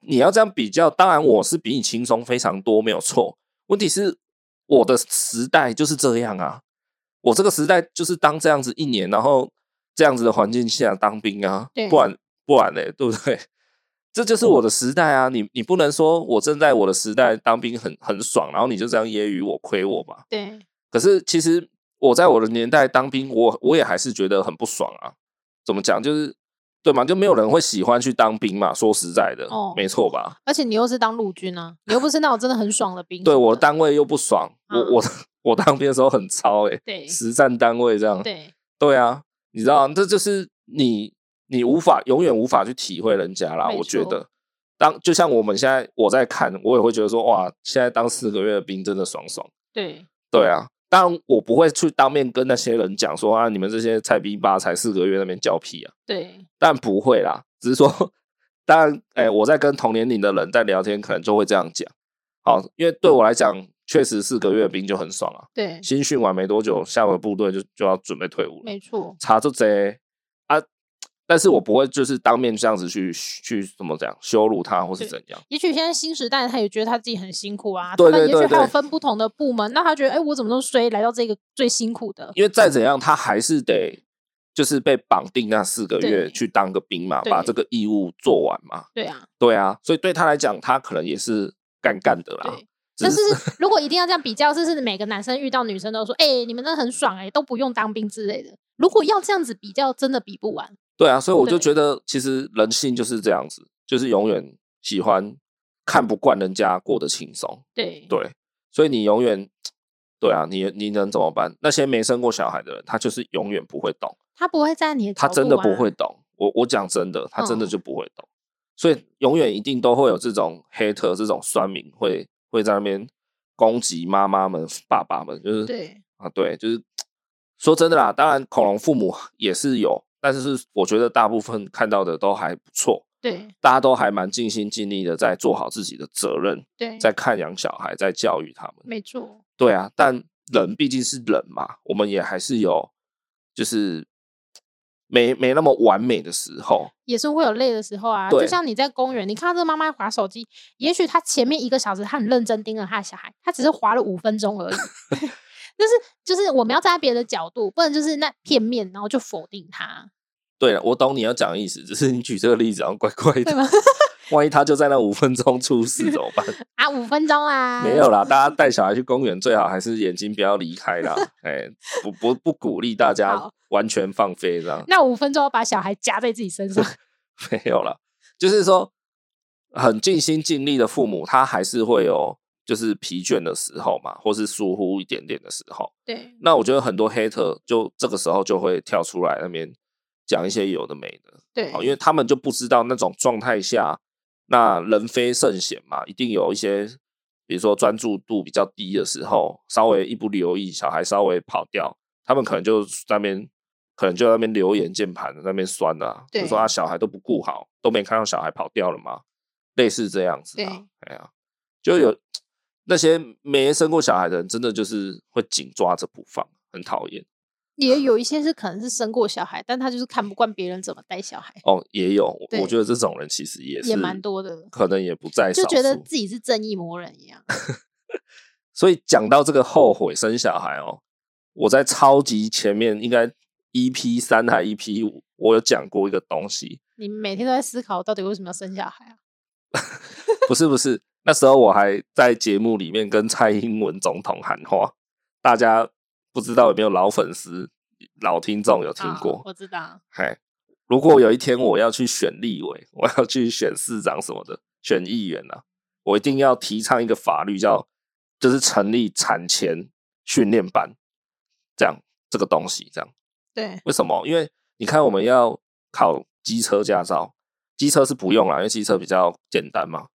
[SPEAKER 1] 你要这样比较，当然我是比你轻松非常多，没有错。问题是我的时代就是这样啊，我这个时代就是当这样子一年，然后这样子的环境下当兵啊
[SPEAKER 2] 对，
[SPEAKER 1] 不然不然嘞、对不对？这就是我的时代啊！你你不能说我正在我的时代当兵很很爽，然后你就这样揶揄我、亏我吧？
[SPEAKER 2] 对
[SPEAKER 1] 可是其实我在我的年代当兵，我我也还是觉得很不爽啊。怎么讲？就是对嘛，就没有人会喜欢去当兵嘛。说实在的，
[SPEAKER 2] 哦
[SPEAKER 1] 没错吧？
[SPEAKER 2] 而且你又是当陆军啊，你又不是那种真的很爽的 兵。
[SPEAKER 1] 对我单位又不爽，
[SPEAKER 2] 嗯
[SPEAKER 1] 我我我当兵的时候很糙诶、
[SPEAKER 2] 对
[SPEAKER 1] 实战单位这样。
[SPEAKER 2] 对嗯
[SPEAKER 1] 对啊，你知道，这就是你你无法永远无法去体会人家啦。
[SPEAKER 2] 没
[SPEAKER 1] 我觉
[SPEAKER 2] 错
[SPEAKER 1] 得，当就像我们现在我在看，我也会觉得说，哇，现在当四个月的兵真的爽爽。
[SPEAKER 2] 对
[SPEAKER 1] 对啊，当然我不会去当面跟那些人讲说啊，你们这些菜逼吧才四个月那边叫屁啊，
[SPEAKER 2] 对
[SPEAKER 1] 但不会啦，只是说，当然，哎、
[SPEAKER 2] 嗯
[SPEAKER 1] 我在跟同年龄的人在聊天，可能就会这样讲。
[SPEAKER 2] 嗯
[SPEAKER 1] 好，因为对我来讲，确实四个月兵就很爽啊。
[SPEAKER 2] 对，
[SPEAKER 1] 新训完没多久，下回部队就就要准备退伍了，
[SPEAKER 2] 嗯没错。
[SPEAKER 1] 查这贼啊！但是我不会就是当面这样子去去怎么讲羞辱他或是
[SPEAKER 2] 对
[SPEAKER 1] 怎样。
[SPEAKER 2] 也许现在新时代他也觉得他自己很辛苦啊，
[SPEAKER 1] 对
[SPEAKER 2] 他们
[SPEAKER 1] 对
[SPEAKER 2] 也许
[SPEAKER 1] 对
[SPEAKER 2] 还有
[SPEAKER 1] 对
[SPEAKER 2] 分不同的部门，那他觉得哎、我怎么都衰来到这个最辛苦的？
[SPEAKER 1] 因为再怎样，他还是得就是被绑定那四个月
[SPEAKER 2] 对
[SPEAKER 1] 去当个兵嘛，把
[SPEAKER 2] 对
[SPEAKER 1] 这个义务做完嘛。
[SPEAKER 2] 对啊，
[SPEAKER 1] 对啊，所以对他来讲，他可能也是干干的啦
[SPEAKER 2] 对，
[SPEAKER 1] 只
[SPEAKER 2] 就是是 如果一定要这样比较，就是每个男生遇到女生都说：“哎、你们真的很爽哎、都不用当兵之类的。”如果要这样子比较，真的比不完。
[SPEAKER 1] 对啊，所以我就
[SPEAKER 2] 对
[SPEAKER 1] 觉得其实人性就是这样子，就是永远喜欢看不惯人家过得轻松，
[SPEAKER 2] 对，
[SPEAKER 1] 对，所以你永远。对啊，你你能怎么办？那些没生过小孩的人，他就是永远不会懂，
[SPEAKER 2] 他哦不会在你的、啊
[SPEAKER 1] 他真的不会。懂。我我讲真的，他真的
[SPEAKER 2] 嗯
[SPEAKER 1] 就不会懂，所以永远一定都会有这种 hater 这种酸民会会在那边攻击妈妈们、爸爸们，就是
[SPEAKER 2] 对，
[SPEAKER 1] 啊，对，就是说真的啦，当然恐龙父母也是有，但是是我觉得大部分看到的都还不错，
[SPEAKER 2] 对，
[SPEAKER 1] 大家都还蛮尽心尽力的在做好自己的责任，
[SPEAKER 2] 对，
[SPEAKER 1] 在看养小孩，在教育他们。
[SPEAKER 2] 没错，
[SPEAKER 1] 对啊，但人毕竟是人嘛，我们也还是有就是没没那么完美的时候。
[SPEAKER 2] 也是会有累的时候啊。
[SPEAKER 1] 对
[SPEAKER 2] 就像你在公园，你看到这妈妈划手机，也许她前面一个小时她很认真盯着她的小孩，她只是划了五分 钟而已。 就是就是我们要站在别的角度，不能就是那片面，然后就否定 他，
[SPEAKER 1] 对了，啊我懂你要讲的意思，只是你举这个例子好像怪怪
[SPEAKER 2] 对
[SPEAKER 1] 的，
[SPEAKER 2] 吗？
[SPEAKER 1] 万一他就在那五分钟出事怎么办？
[SPEAKER 2] 啊，五分钟啊，
[SPEAKER 1] 没有啦，大家带小孩去公园最好还是眼睛不要离开 啦。哎、不不不鼓励大家
[SPEAKER 2] 好
[SPEAKER 1] 完全放飞这样，
[SPEAKER 2] 那五分钟要把小孩夹在自己身上，
[SPEAKER 1] 没有啦，就是说很尽心尽力的父母，他还是会有就是疲倦的时候嘛，或是疏忽一点点的时候。
[SPEAKER 2] 对
[SPEAKER 1] 那我觉得很多 hater 就这个时候就会跳出来那边讲一些有的没的，
[SPEAKER 2] 对
[SPEAKER 1] 好，因为他们就不知道那种状态下，那人非圣贤嘛，一定有一些，比如说专注度比较低的时候，稍微一不留意，小孩稍微跑掉，他们可能就在那边，可能就在那边留言键盘，在那边酸啊，就
[SPEAKER 2] 对
[SPEAKER 1] 说他小孩都不顾好，都没看到小孩跑掉了吗？类似这样子啊
[SPEAKER 2] 对，
[SPEAKER 1] 哎呀、就有那些没生过小孩的人，真的就是会紧抓着不放，很讨厌
[SPEAKER 2] 也有一些是可能是生过小孩，但他就是看不惯别人怎么带小孩，
[SPEAKER 1] 哦。也有，我我
[SPEAKER 2] 对
[SPEAKER 1] 觉得这种人其实也是
[SPEAKER 2] 也蛮多的
[SPEAKER 1] 可能也不在
[SPEAKER 2] 就
[SPEAKER 1] 少
[SPEAKER 2] 觉得
[SPEAKER 1] 数
[SPEAKER 2] 自己是正义魔人一 样。
[SPEAKER 1] 所以讲到这个后悔生小孩哦，我在超级前面应该 EP 三还 EP 五，我有讲过一个东西，
[SPEAKER 2] 你每天都在思考到底为什么要生小孩啊？
[SPEAKER 1] 不是不是，那时候我还在节目里面跟蔡英文总统喊话，大家不知道有没有老粉丝、老听众有 听
[SPEAKER 2] 啊
[SPEAKER 1] 过？
[SPEAKER 2] 我知道，
[SPEAKER 1] 嗨，如果有一天我要去选立委，我要去选市长什么的，选议员啊，我一定要提倡一个法律叫，就是成立产前训练班，这样这个东西这样。
[SPEAKER 2] 对
[SPEAKER 1] 为什么？因为你看我们要考机车驾照，机车是不用啦，因为机车比较简单嘛。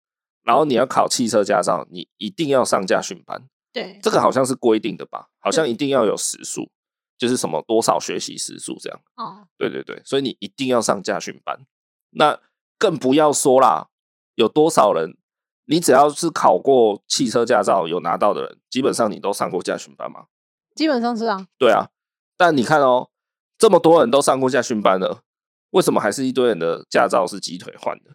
[SPEAKER 1] 然后你要考汽车驾照，你一定要上驾训班，
[SPEAKER 2] 对
[SPEAKER 1] 这个好像是规定的吧？好像一定要有时数，就是什么多少学习时数这样。
[SPEAKER 2] 哦，
[SPEAKER 1] 对对对，所以你一定要上驾训班。那更不要说啦，有多少人，你只要是考过汽车驾照有拿到的人，基本上你都上过驾训班嘛？
[SPEAKER 2] 基本上是啊，
[SPEAKER 1] 对啊，但你看哦，这么多人都上过驾训班了，为什么还是一堆人的驾照是鸡腿换的？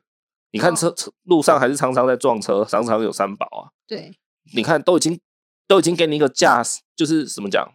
[SPEAKER 1] 你看车车路上还是常常在撞车，常常有三宝啊。
[SPEAKER 2] 对
[SPEAKER 1] 你看都已经都已经给你一个驾驶，就是怎么讲，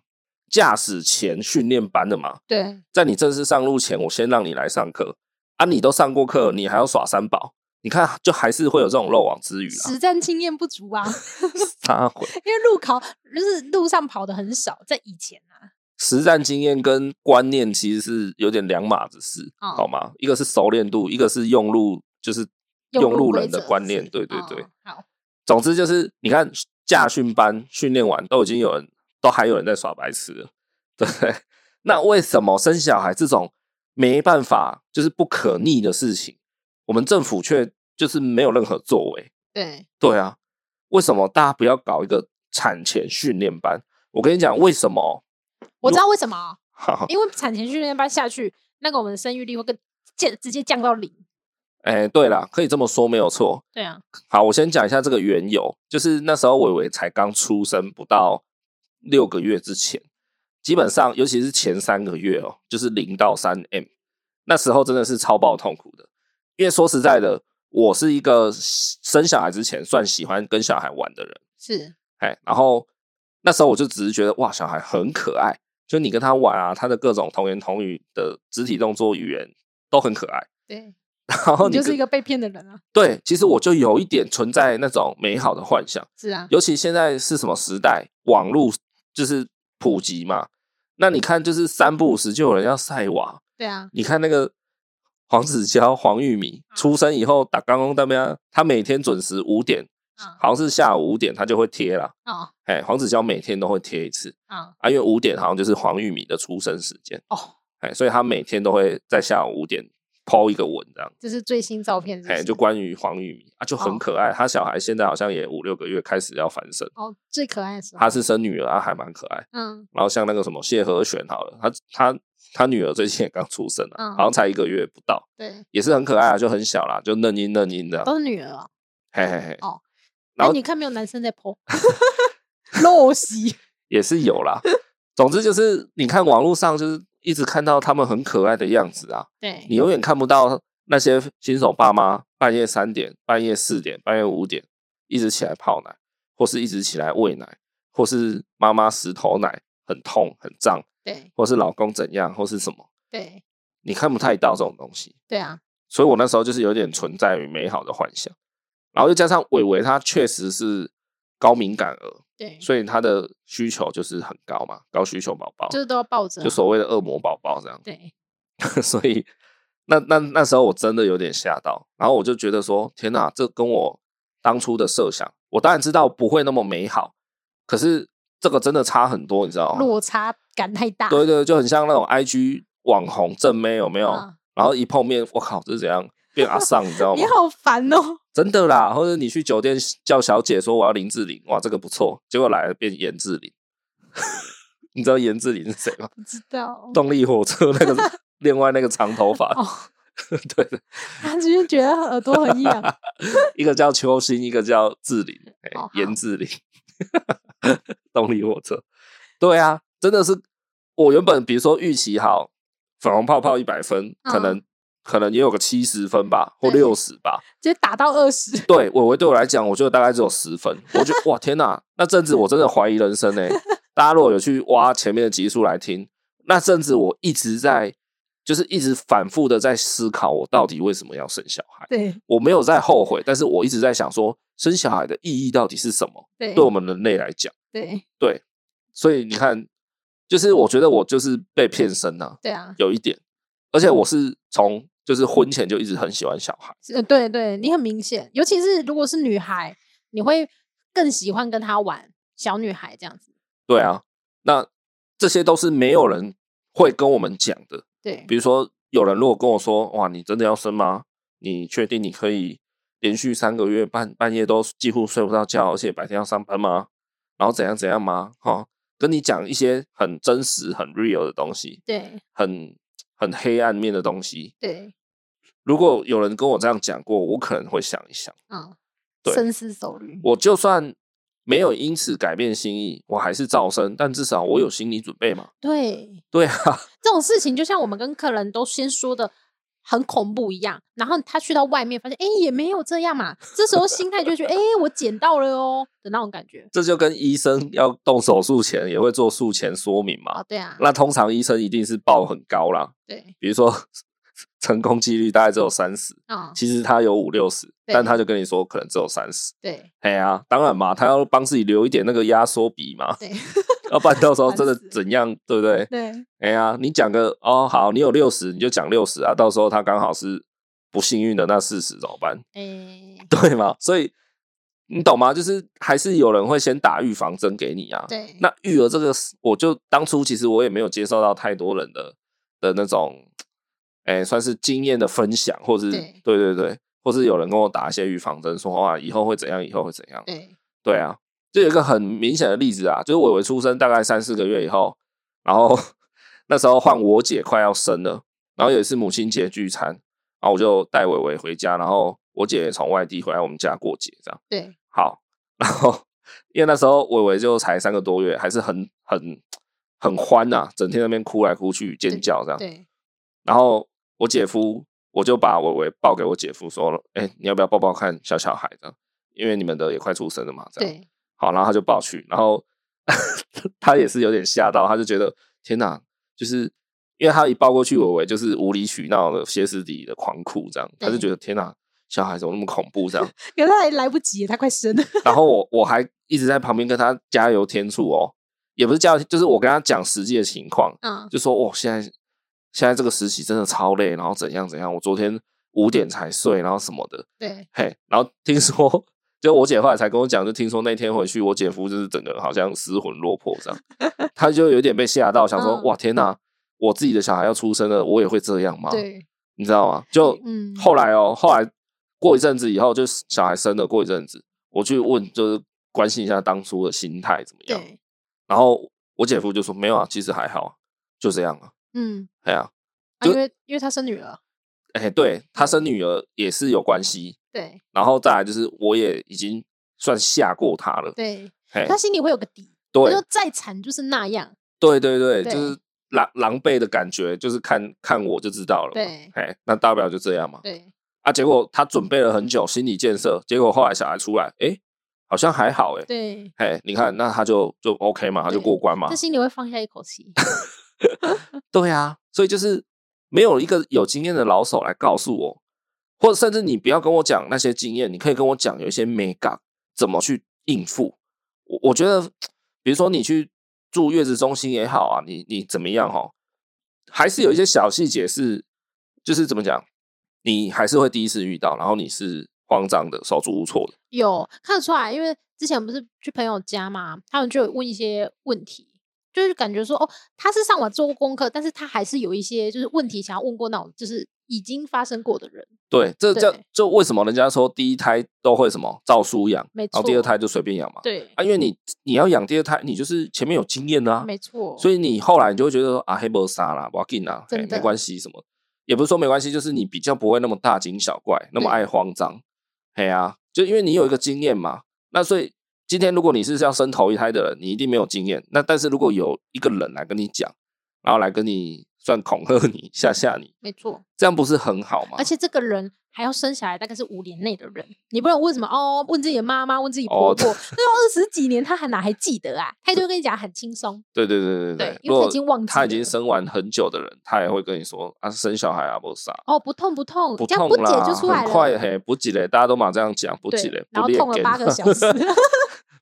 [SPEAKER 1] 驾驶前训练班的嘛。
[SPEAKER 2] 对
[SPEAKER 1] 在你正式上路前，我先让你来上课啊！你都上过课，你还要耍三宝，你看就还是会有这种漏网之鱼啦。
[SPEAKER 2] 实战经验不足啊，
[SPEAKER 1] 他会
[SPEAKER 2] 因为路考就是路上跑的很少，在以前啊，
[SPEAKER 1] 实战经验跟观念其实是有点两码子事，
[SPEAKER 2] 哦
[SPEAKER 1] 好吗？一个是熟练度，一个是用路，就是用路人的观念。对对对，，
[SPEAKER 2] 哦好，
[SPEAKER 1] 总之就是你看驾训班训练完，都已经有人，都还有人在耍白痴了，对 不对？那为什么生小孩这种没办法，就是不可逆的事情，我们政府却就是没有任何作为？
[SPEAKER 2] 对
[SPEAKER 1] 对啊，为什么大家不要搞一个产前训练班？我跟你讲，为什么？
[SPEAKER 2] 我知道为什么，啊
[SPEAKER 1] 哈哈，
[SPEAKER 2] 因为产前训练班下去，那个我们的生育率会更降，直接降到零。
[SPEAKER 1] 哎，对啦，可以这么说，没有错。
[SPEAKER 2] 对啊，
[SPEAKER 1] 好，我先讲一下这个缘由，就是那时候伟伟才刚出生不到六个月之前，基本上尤其是前三个月哦，就是零到三 M，那时候真的是超爆痛苦的。因为说实在的，我是一个生小孩之前算喜欢跟小孩玩的人，
[SPEAKER 2] 是
[SPEAKER 1] 哎，然后那时候我就只是觉得哇，小孩很可爱，就你跟他玩啊，他的各种童言童语的肢体动作、语言都很可爱。
[SPEAKER 2] 对
[SPEAKER 1] 然后
[SPEAKER 2] 你就是
[SPEAKER 1] 跟
[SPEAKER 2] 一个被骗的人啊。
[SPEAKER 1] 对，其实我就有一点存在那种美好的幻想。
[SPEAKER 2] 是啊，
[SPEAKER 1] 尤其现在是什么时代，网络就是普及嘛。那你看，就是三不五时就有人要晒娃。
[SPEAKER 2] 对啊，
[SPEAKER 1] 你看那个黄子佼、黄玉米出生以后打刚工那边，啊他每天准时五点，
[SPEAKER 2] 啊
[SPEAKER 1] 好像是下午五点，他就会贴啦。
[SPEAKER 2] 啊
[SPEAKER 1] 哎，黄子佼每天都会贴一次
[SPEAKER 2] 啊
[SPEAKER 1] 啊，因为五点好像就是黄玉米的出生时间，
[SPEAKER 2] 哦，
[SPEAKER 1] 哎，所以他每天都会在下午五点抛一个文这样。
[SPEAKER 2] 这是最新照片是不
[SPEAKER 1] 哎，
[SPEAKER 2] 是
[SPEAKER 1] 就关于黄玉米啊，就
[SPEAKER 2] 哦
[SPEAKER 1] 很可爱。他小孩现在好像也五六个月，开始要翻身。
[SPEAKER 2] 哦最可爱的时候。
[SPEAKER 1] 他是生女儿啊，还蛮可爱。
[SPEAKER 2] 嗯
[SPEAKER 1] 然后像那个什么谢和弦好了，他他他女儿最近也刚出生了、啊
[SPEAKER 2] 嗯
[SPEAKER 1] 好像才一个月不到，
[SPEAKER 2] 对，
[SPEAKER 1] 也是很可爱啊，就很小啦，就嫩音嫩音的，
[SPEAKER 2] 都是女儿哦。
[SPEAKER 1] 嘿嘿嘿，
[SPEAKER 2] 哦
[SPEAKER 1] 啊然
[SPEAKER 2] 那
[SPEAKER 1] 后
[SPEAKER 2] 你看没有男生 在 po，陋习。
[SPEAKER 1] 也是有啦。总之就是你看网络上就是一直看到他们很可爱的样子啊，
[SPEAKER 2] 对
[SPEAKER 1] 你永远看不到那些新手爸妈半夜三点、半夜四点、半夜五点一直起来泡奶，或是一直起来喂奶，或是妈妈石头奶很痛很胀，
[SPEAKER 2] 对
[SPEAKER 1] 或是老公怎样，或是什么，
[SPEAKER 2] 对
[SPEAKER 1] 你看不太到这种东西。
[SPEAKER 2] 对啊，
[SPEAKER 1] 所以我那时候就是有点存在于美好的幻想，然后又加上伟伟他确实是高敏感儿，
[SPEAKER 2] 对，
[SPEAKER 1] 所以他的需求就是很高嘛，高需求宝宝，
[SPEAKER 2] 就是都要抱着啊。
[SPEAKER 1] 就所谓的恶魔宝宝这样。
[SPEAKER 2] 对，
[SPEAKER 1] 所以那那那时候我真的有点吓到，然后我就觉得说，天哪，这跟我当初的设想，我当然知道不会那么美好，可是这个真的差很多，你知道吗？
[SPEAKER 2] 落差感太大。
[SPEAKER 1] 对对，就很像那种 IG 网红正妹有没有？
[SPEAKER 2] 啊
[SPEAKER 1] 然后一碰面，我靠，这是怎样变阿丧，你知道吗
[SPEAKER 2] 你？好烦哦。
[SPEAKER 1] 真的啦，或者你去酒店叫小姐说我要林志玲，哇，这个不错，结果来了变严志玲。 你知道严志玲是谁吗？
[SPEAKER 2] 不知道。
[SPEAKER 1] 动力火车 那个另外那个长头发，
[SPEAKER 2] 哦
[SPEAKER 1] 对的，
[SPEAKER 2] 他只是觉得耳朵很痒。
[SPEAKER 1] 一个叫邱心，一个叫志玲，哎
[SPEAKER 2] 哦好
[SPEAKER 1] 严志玲， 动力火车。对啊，真的是我原本比如说预期好粉红泡泡一百分，可能、可能也有个七十分吧，或
[SPEAKER 2] 嗯对
[SPEAKER 1] 六十吧。
[SPEAKER 2] 直接打到二十。
[SPEAKER 1] 对伟伟对我来讲，我觉得大概只有十分。我觉得哇天哪，那阵子我真的怀疑人生呢、欸大家如果有去挖前面的集数来听，那阵子我一直在就是一直反复的在思考，我到底为什么要生小孩。
[SPEAKER 2] 对
[SPEAKER 1] 我没有在后悔，但是我一直在想说，生小孩的意义到底是什么？
[SPEAKER 2] 对
[SPEAKER 1] 对我们人类来讲，
[SPEAKER 2] 对
[SPEAKER 1] 所以你看，就是我觉得我就是被骗生啊，
[SPEAKER 2] 对啊，
[SPEAKER 1] 有一点，而且我是从就是婚前就一直很喜欢小孩，
[SPEAKER 2] 呃，对对，你很明显，尤其是如果是女孩，你会更喜欢跟她玩小女孩这样子。
[SPEAKER 1] 对啊，那这些都是没有人会跟我们讲的。
[SPEAKER 2] 对
[SPEAKER 1] 比如说，有人如果跟我说，哇，你真的要生吗？你确定你可以连续三个月半半夜都几乎睡不到觉，而且白天要上班吗？然后怎样怎样吗？哈、跟你讲一些很真实、很 real 的东西，
[SPEAKER 2] 对
[SPEAKER 1] 很很黑暗面的东西。
[SPEAKER 2] 对，
[SPEAKER 1] 如果有人跟我这样讲过，我可能会想一想。
[SPEAKER 2] 嗯，
[SPEAKER 1] 对
[SPEAKER 2] 深思熟虑。
[SPEAKER 1] 我就算没有因此改变心意，我还是照生，但至少我有心理准备嘛。
[SPEAKER 2] 对，
[SPEAKER 1] 对啊，
[SPEAKER 2] 这种事情就像我们跟客人都先说的。很恐怖一样，然后他去到外面发现，哎、也没有这样嘛。这时候心态就觉得，哎、我捡到了哦的那种感觉。
[SPEAKER 1] 这就跟医生要动手术前也会做术前说明
[SPEAKER 2] 哦
[SPEAKER 1] 嘛。，
[SPEAKER 2] 对啊，
[SPEAKER 1] 那通常医生一定是报很高啦，
[SPEAKER 2] 对，
[SPEAKER 1] 比如说 成功几率大概只有三十，
[SPEAKER 2] 啊、
[SPEAKER 1] 其实他有五六十，
[SPEAKER 2] 对
[SPEAKER 1] 但他就跟你说可能只有三十。
[SPEAKER 2] 对
[SPEAKER 1] 哎呀、当然嘛，他
[SPEAKER 2] 嗯
[SPEAKER 1] 要帮自己留一点那个压缩比嘛，
[SPEAKER 2] 对
[SPEAKER 1] 要不然到时候真的
[SPEAKER 2] 烦死
[SPEAKER 1] 怎样，对不 对？
[SPEAKER 2] 对
[SPEAKER 1] 哎呀、你讲个哦好，你有六十你就讲六十啊，到时候他刚好是不幸运的那四十怎么办？
[SPEAKER 2] 哎、
[SPEAKER 1] 对吗？所以你懂吗？就是还是有人会先打预防针给你啊。
[SPEAKER 2] 对，
[SPEAKER 1] 那育儿这个是，我就当初其实我也没有接受到太多人的的那种，哎、算是经验的分享，或是
[SPEAKER 2] 对
[SPEAKER 1] 对对对，或是有人跟我打一些预防针，说哇以后会怎样，以后会怎样。
[SPEAKER 2] 对
[SPEAKER 1] 对啊，就有一个很明显的例子啊，就是伟伟出生大概三四个月以后，然后 那时候换我姐快要生了，然后有一次母亲节聚餐，然后我就带伟伟回家，然后我姐也从外地回来我们家过节这样。
[SPEAKER 2] 对
[SPEAKER 1] 好，然后因为那时候伟伟就才三个多月，还是很很很欢呐、整天在那边哭来哭去、尖叫这样。
[SPEAKER 2] 对，
[SPEAKER 1] 然后我姐夫，我就把伟伟抱给我姐夫说：“哎、你要不要抱抱看小小孩这样？因为你们的也快出生了嘛。”这样。
[SPEAKER 2] 对
[SPEAKER 1] 好，然后他 就抱去，然后他也是有点吓到，他就觉得天哪，就是因为他一抱过去，伟伟就是无理取闹的、歇斯底里的狂哭，这样，他就
[SPEAKER 2] 对
[SPEAKER 1] 觉得天哪、小孩怎么那么恐怖这样？
[SPEAKER 2] 可是他还来不及，他快生了。
[SPEAKER 1] 然后我我还一直在旁边跟他加油添醋哦，也不是加油，就是我跟他讲实际的情况，
[SPEAKER 2] 嗯，
[SPEAKER 1] 就说哦，现在现在这个实习真的超累，然后怎样怎样，我昨天五点才睡，然后什么的，
[SPEAKER 2] 对，
[SPEAKER 1] 嘿，然后听说，就我姐后来才跟我讲，就听说那天回去，我姐夫就是整个人好像失魂落魄 这样，他就有点被吓到，想说、
[SPEAKER 2] 嗯
[SPEAKER 1] 哇天哪，我自己的小孩要出生了，我也会这样吗？
[SPEAKER 2] 对，
[SPEAKER 1] 你知道吗？就
[SPEAKER 2] 嗯
[SPEAKER 1] 后来哦，后来过一阵子以后，就是小孩生了，过一阵子我去问，就是关心一下当初的心态怎么样，
[SPEAKER 2] 对，
[SPEAKER 1] 然后我姐夫就说没有啊，其实还好啊，就这样啊，
[SPEAKER 2] 嗯，
[SPEAKER 1] 哎呀、
[SPEAKER 2] 啊
[SPEAKER 1] 就
[SPEAKER 2] 因为因为他生女儿，
[SPEAKER 1] 哎，对他生女儿也是有关系，
[SPEAKER 2] 对
[SPEAKER 1] 然后再来就是我也已经算吓过他了，
[SPEAKER 2] 对，
[SPEAKER 1] 嘿
[SPEAKER 2] 他，心里会有个底，他
[SPEAKER 1] 对
[SPEAKER 2] 说再惨就是那样，
[SPEAKER 1] 对对对，
[SPEAKER 2] 对
[SPEAKER 1] 就是狼狼狈的感觉，就是看看我就知道了嘛，
[SPEAKER 2] 对
[SPEAKER 1] 嘿，那大不了就这样嘛，
[SPEAKER 2] 对
[SPEAKER 1] 啊，结果他准备了很久心理建设，结果后来小孩出来，哎，好像还好哎，
[SPEAKER 2] 对，
[SPEAKER 1] 嘿，你看那他就就 OK 嘛，他就
[SPEAKER 2] 嗯对
[SPEAKER 1] 过关嘛
[SPEAKER 2] 他，心里会放下一口 气，
[SPEAKER 1] 对啊，所以就是没有一个有经验的老手来告诉我，或者甚至你不要跟我讲那些经验，你可以跟我讲有一些美感怎么去应付。我我觉得，比如说你去住月子中心也好啊，你你怎么样哈，还是有一些小细节是，就是怎么讲，你还是会第一次遇到，然后你是慌张的、手足无措的。
[SPEAKER 2] 有看得出来，因为之前不是去朋友家嘛，他们就有问一些问题，就是感觉说哦，他是上网做过功课，但是他还是有一些就是问题想要问过那种就是已经发生过的人，
[SPEAKER 1] 对，这这
[SPEAKER 2] 对
[SPEAKER 1] 就为什么人家说第一胎都会什么照书养，
[SPEAKER 2] 没
[SPEAKER 1] 然后第二
[SPEAKER 2] 错
[SPEAKER 1] 胎就随便养嘛。
[SPEAKER 2] 对，
[SPEAKER 1] 啊，因为你你要养第二胎，你就是前面有经验啊，
[SPEAKER 2] 没错，
[SPEAKER 1] 所
[SPEAKER 2] 以
[SPEAKER 1] 以你后来你就会觉得说啊，黑不杀啦，不要紧啊，
[SPEAKER 2] 真
[SPEAKER 1] 嘿
[SPEAKER 2] 的
[SPEAKER 1] 没关系什么，也不是说没关系，就是你比较不会那么大惊小怪，那么
[SPEAKER 2] 对
[SPEAKER 1] 爱慌张，嘿啊，就因为你有一个经验嘛，那所以今天如果你是要生头一胎的人，你一定没有经验，那但是如果有一个人来跟你讲，然后来跟你算恐吓你、吓吓你，
[SPEAKER 2] 没错，
[SPEAKER 1] 这样不是很好吗？
[SPEAKER 2] 而且这个人还要生小孩，大概是五年内的人，你不能问什么哦，问自己的妈妈，问自己婆
[SPEAKER 1] 哦
[SPEAKER 2] 婆，那、二十几年，他还哪还记得啊？他就会跟你讲很轻松，
[SPEAKER 1] 对对对对
[SPEAKER 2] 对因为
[SPEAKER 1] 如
[SPEAKER 2] 他已
[SPEAKER 1] 果
[SPEAKER 2] 经忘记
[SPEAKER 1] 他已经
[SPEAKER 2] 了
[SPEAKER 1] 生完很久的人，他也会跟你说啊，生小孩啊，不杀。
[SPEAKER 2] 哦，不痛不痛，
[SPEAKER 1] 不
[SPEAKER 2] 这样
[SPEAKER 1] 痛
[SPEAKER 2] 不
[SPEAKER 1] 啦，
[SPEAKER 2] 解就出来
[SPEAKER 1] 很快
[SPEAKER 2] 了，
[SPEAKER 1] 嘿，补给嘞，大家都嘛这样讲，补给
[SPEAKER 2] 对
[SPEAKER 1] 嘞，，
[SPEAKER 2] 然后
[SPEAKER 1] 不
[SPEAKER 2] 痛了
[SPEAKER 1] 练
[SPEAKER 2] 八
[SPEAKER 1] 根
[SPEAKER 2] 个小时，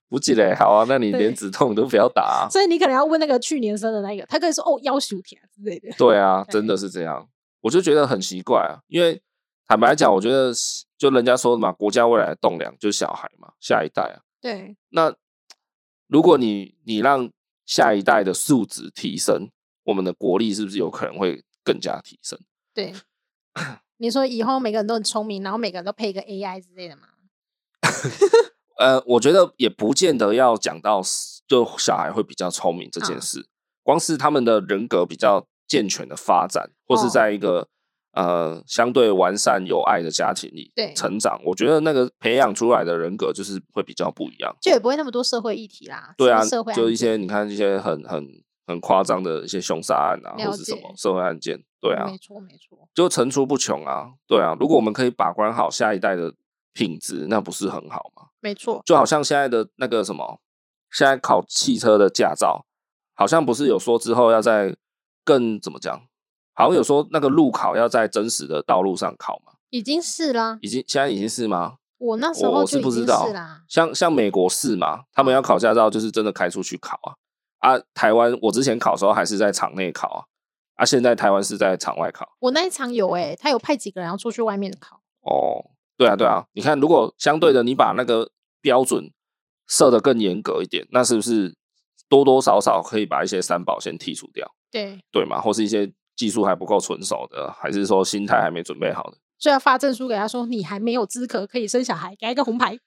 [SPEAKER 1] 补给嘞，好啊，那你
[SPEAKER 2] 对
[SPEAKER 1] 连止痛都不要打 啊、
[SPEAKER 2] 所以你可能要问那个去年生的那个，他可以说哦腰手疼之类的，
[SPEAKER 1] 对啊，
[SPEAKER 2] 对
[SPEAKER 1] 真的是这样，我就觉得很奇怪啊，因为坦白讲，我觉得就人家说的嘛，国家未来的栋梁就是小孩嘛，下一代啊，
[SPEAKER 2] 对
[SPEAKER 1] 那如果你你让下一代的素质提升，我们的国力是不是有可能会更加提升？
[SPEAKER 2] 对。你说以后每个人都很聪明，然后每个人都配一个 AI 之类的嘛？
[SPEAKER 1] 呃，我觉得也不见得要讲到是就小孩会比较聪明这件
[SPEAKER 2] 嗯
[SPEAKER 1] 事，光是他们的人格比较健全的发展，或
[SPEAKER 2] 哦
[SPEAKER 1] 是在一个、呃相对完善有爱的家庭里
[SPEAKER 2] 对
[SPEAKER 1] 成长，我觉得那个培养出来的人格就是会比较不一样。
[SPEAKER 2] 就也不会那么多社会议题啦。
[SPEAKER 1] 对啊
[SPEAKER 2] 社会，
[SPEAKER 1] 就
[SPEAKER 2] 案
[SPEAKER 1] 一
[SPEAKER 2] 件
[SPEAKER 1] 些你看一些很很很夸张的一些凶杀案啊，
[SPEAKER 2] 了
[SPEAKER 1] 或是什么
[SPEAKER 2] 解
[SPEAKER 1] 社会案件，对啊，
[SPEAKER 2] 没错没错，
[SPEAKER 1] 就层出不穷啊，对啊。如果我们可以把关好下一代的品质，那不是很好吗？
[SPEAKER 2] 没错，
[SPEAKER 1] 就好像现在的那个什么，现在考汽车的驾照，好像不是有说之后要在更怎么讲？好像有说那个路考要在真实的道路上考嘛？
[SPEAKER 2] 已经是啦。
[SPEAKER 1] 已经现在已经是吗？
[SPEAKER 2] 我那时
[SPEAKER 1] 我
[SPEAKER 2] 候
[SPEAKER 1] 我
[SPEAKER 2] 就是已
[SPEAKER 1] 不
[SPEAKER 2] 经
[SPEAKER 1] 知道
[SPEAKER 2] 是啦。
[SPEAKER 1] 像像美国是嘛？他们要考驾照就是真的开出去考啊啊！台湾我之前考的时候还是在场内考啊啊，现在台湾是在场外考
[SPEAKER 2] 我那一场有诶、他有派几个人要出去外面考，
[SPEAKER 1] 哦。对啊对啊，你看如果相对的你把那个标准设得更严格一点，那是不是多多少少可以把一些三宝先剔除掉？
[SPEAKER 2] 对，
[SPEAKER 1] 对嘛，或是一些技术还不够纯熟的，还是说心态还没准备好的？
[SPEAKER 2] 所以要发证书给他说你还没有资格可以生小孩，给他一个红牌。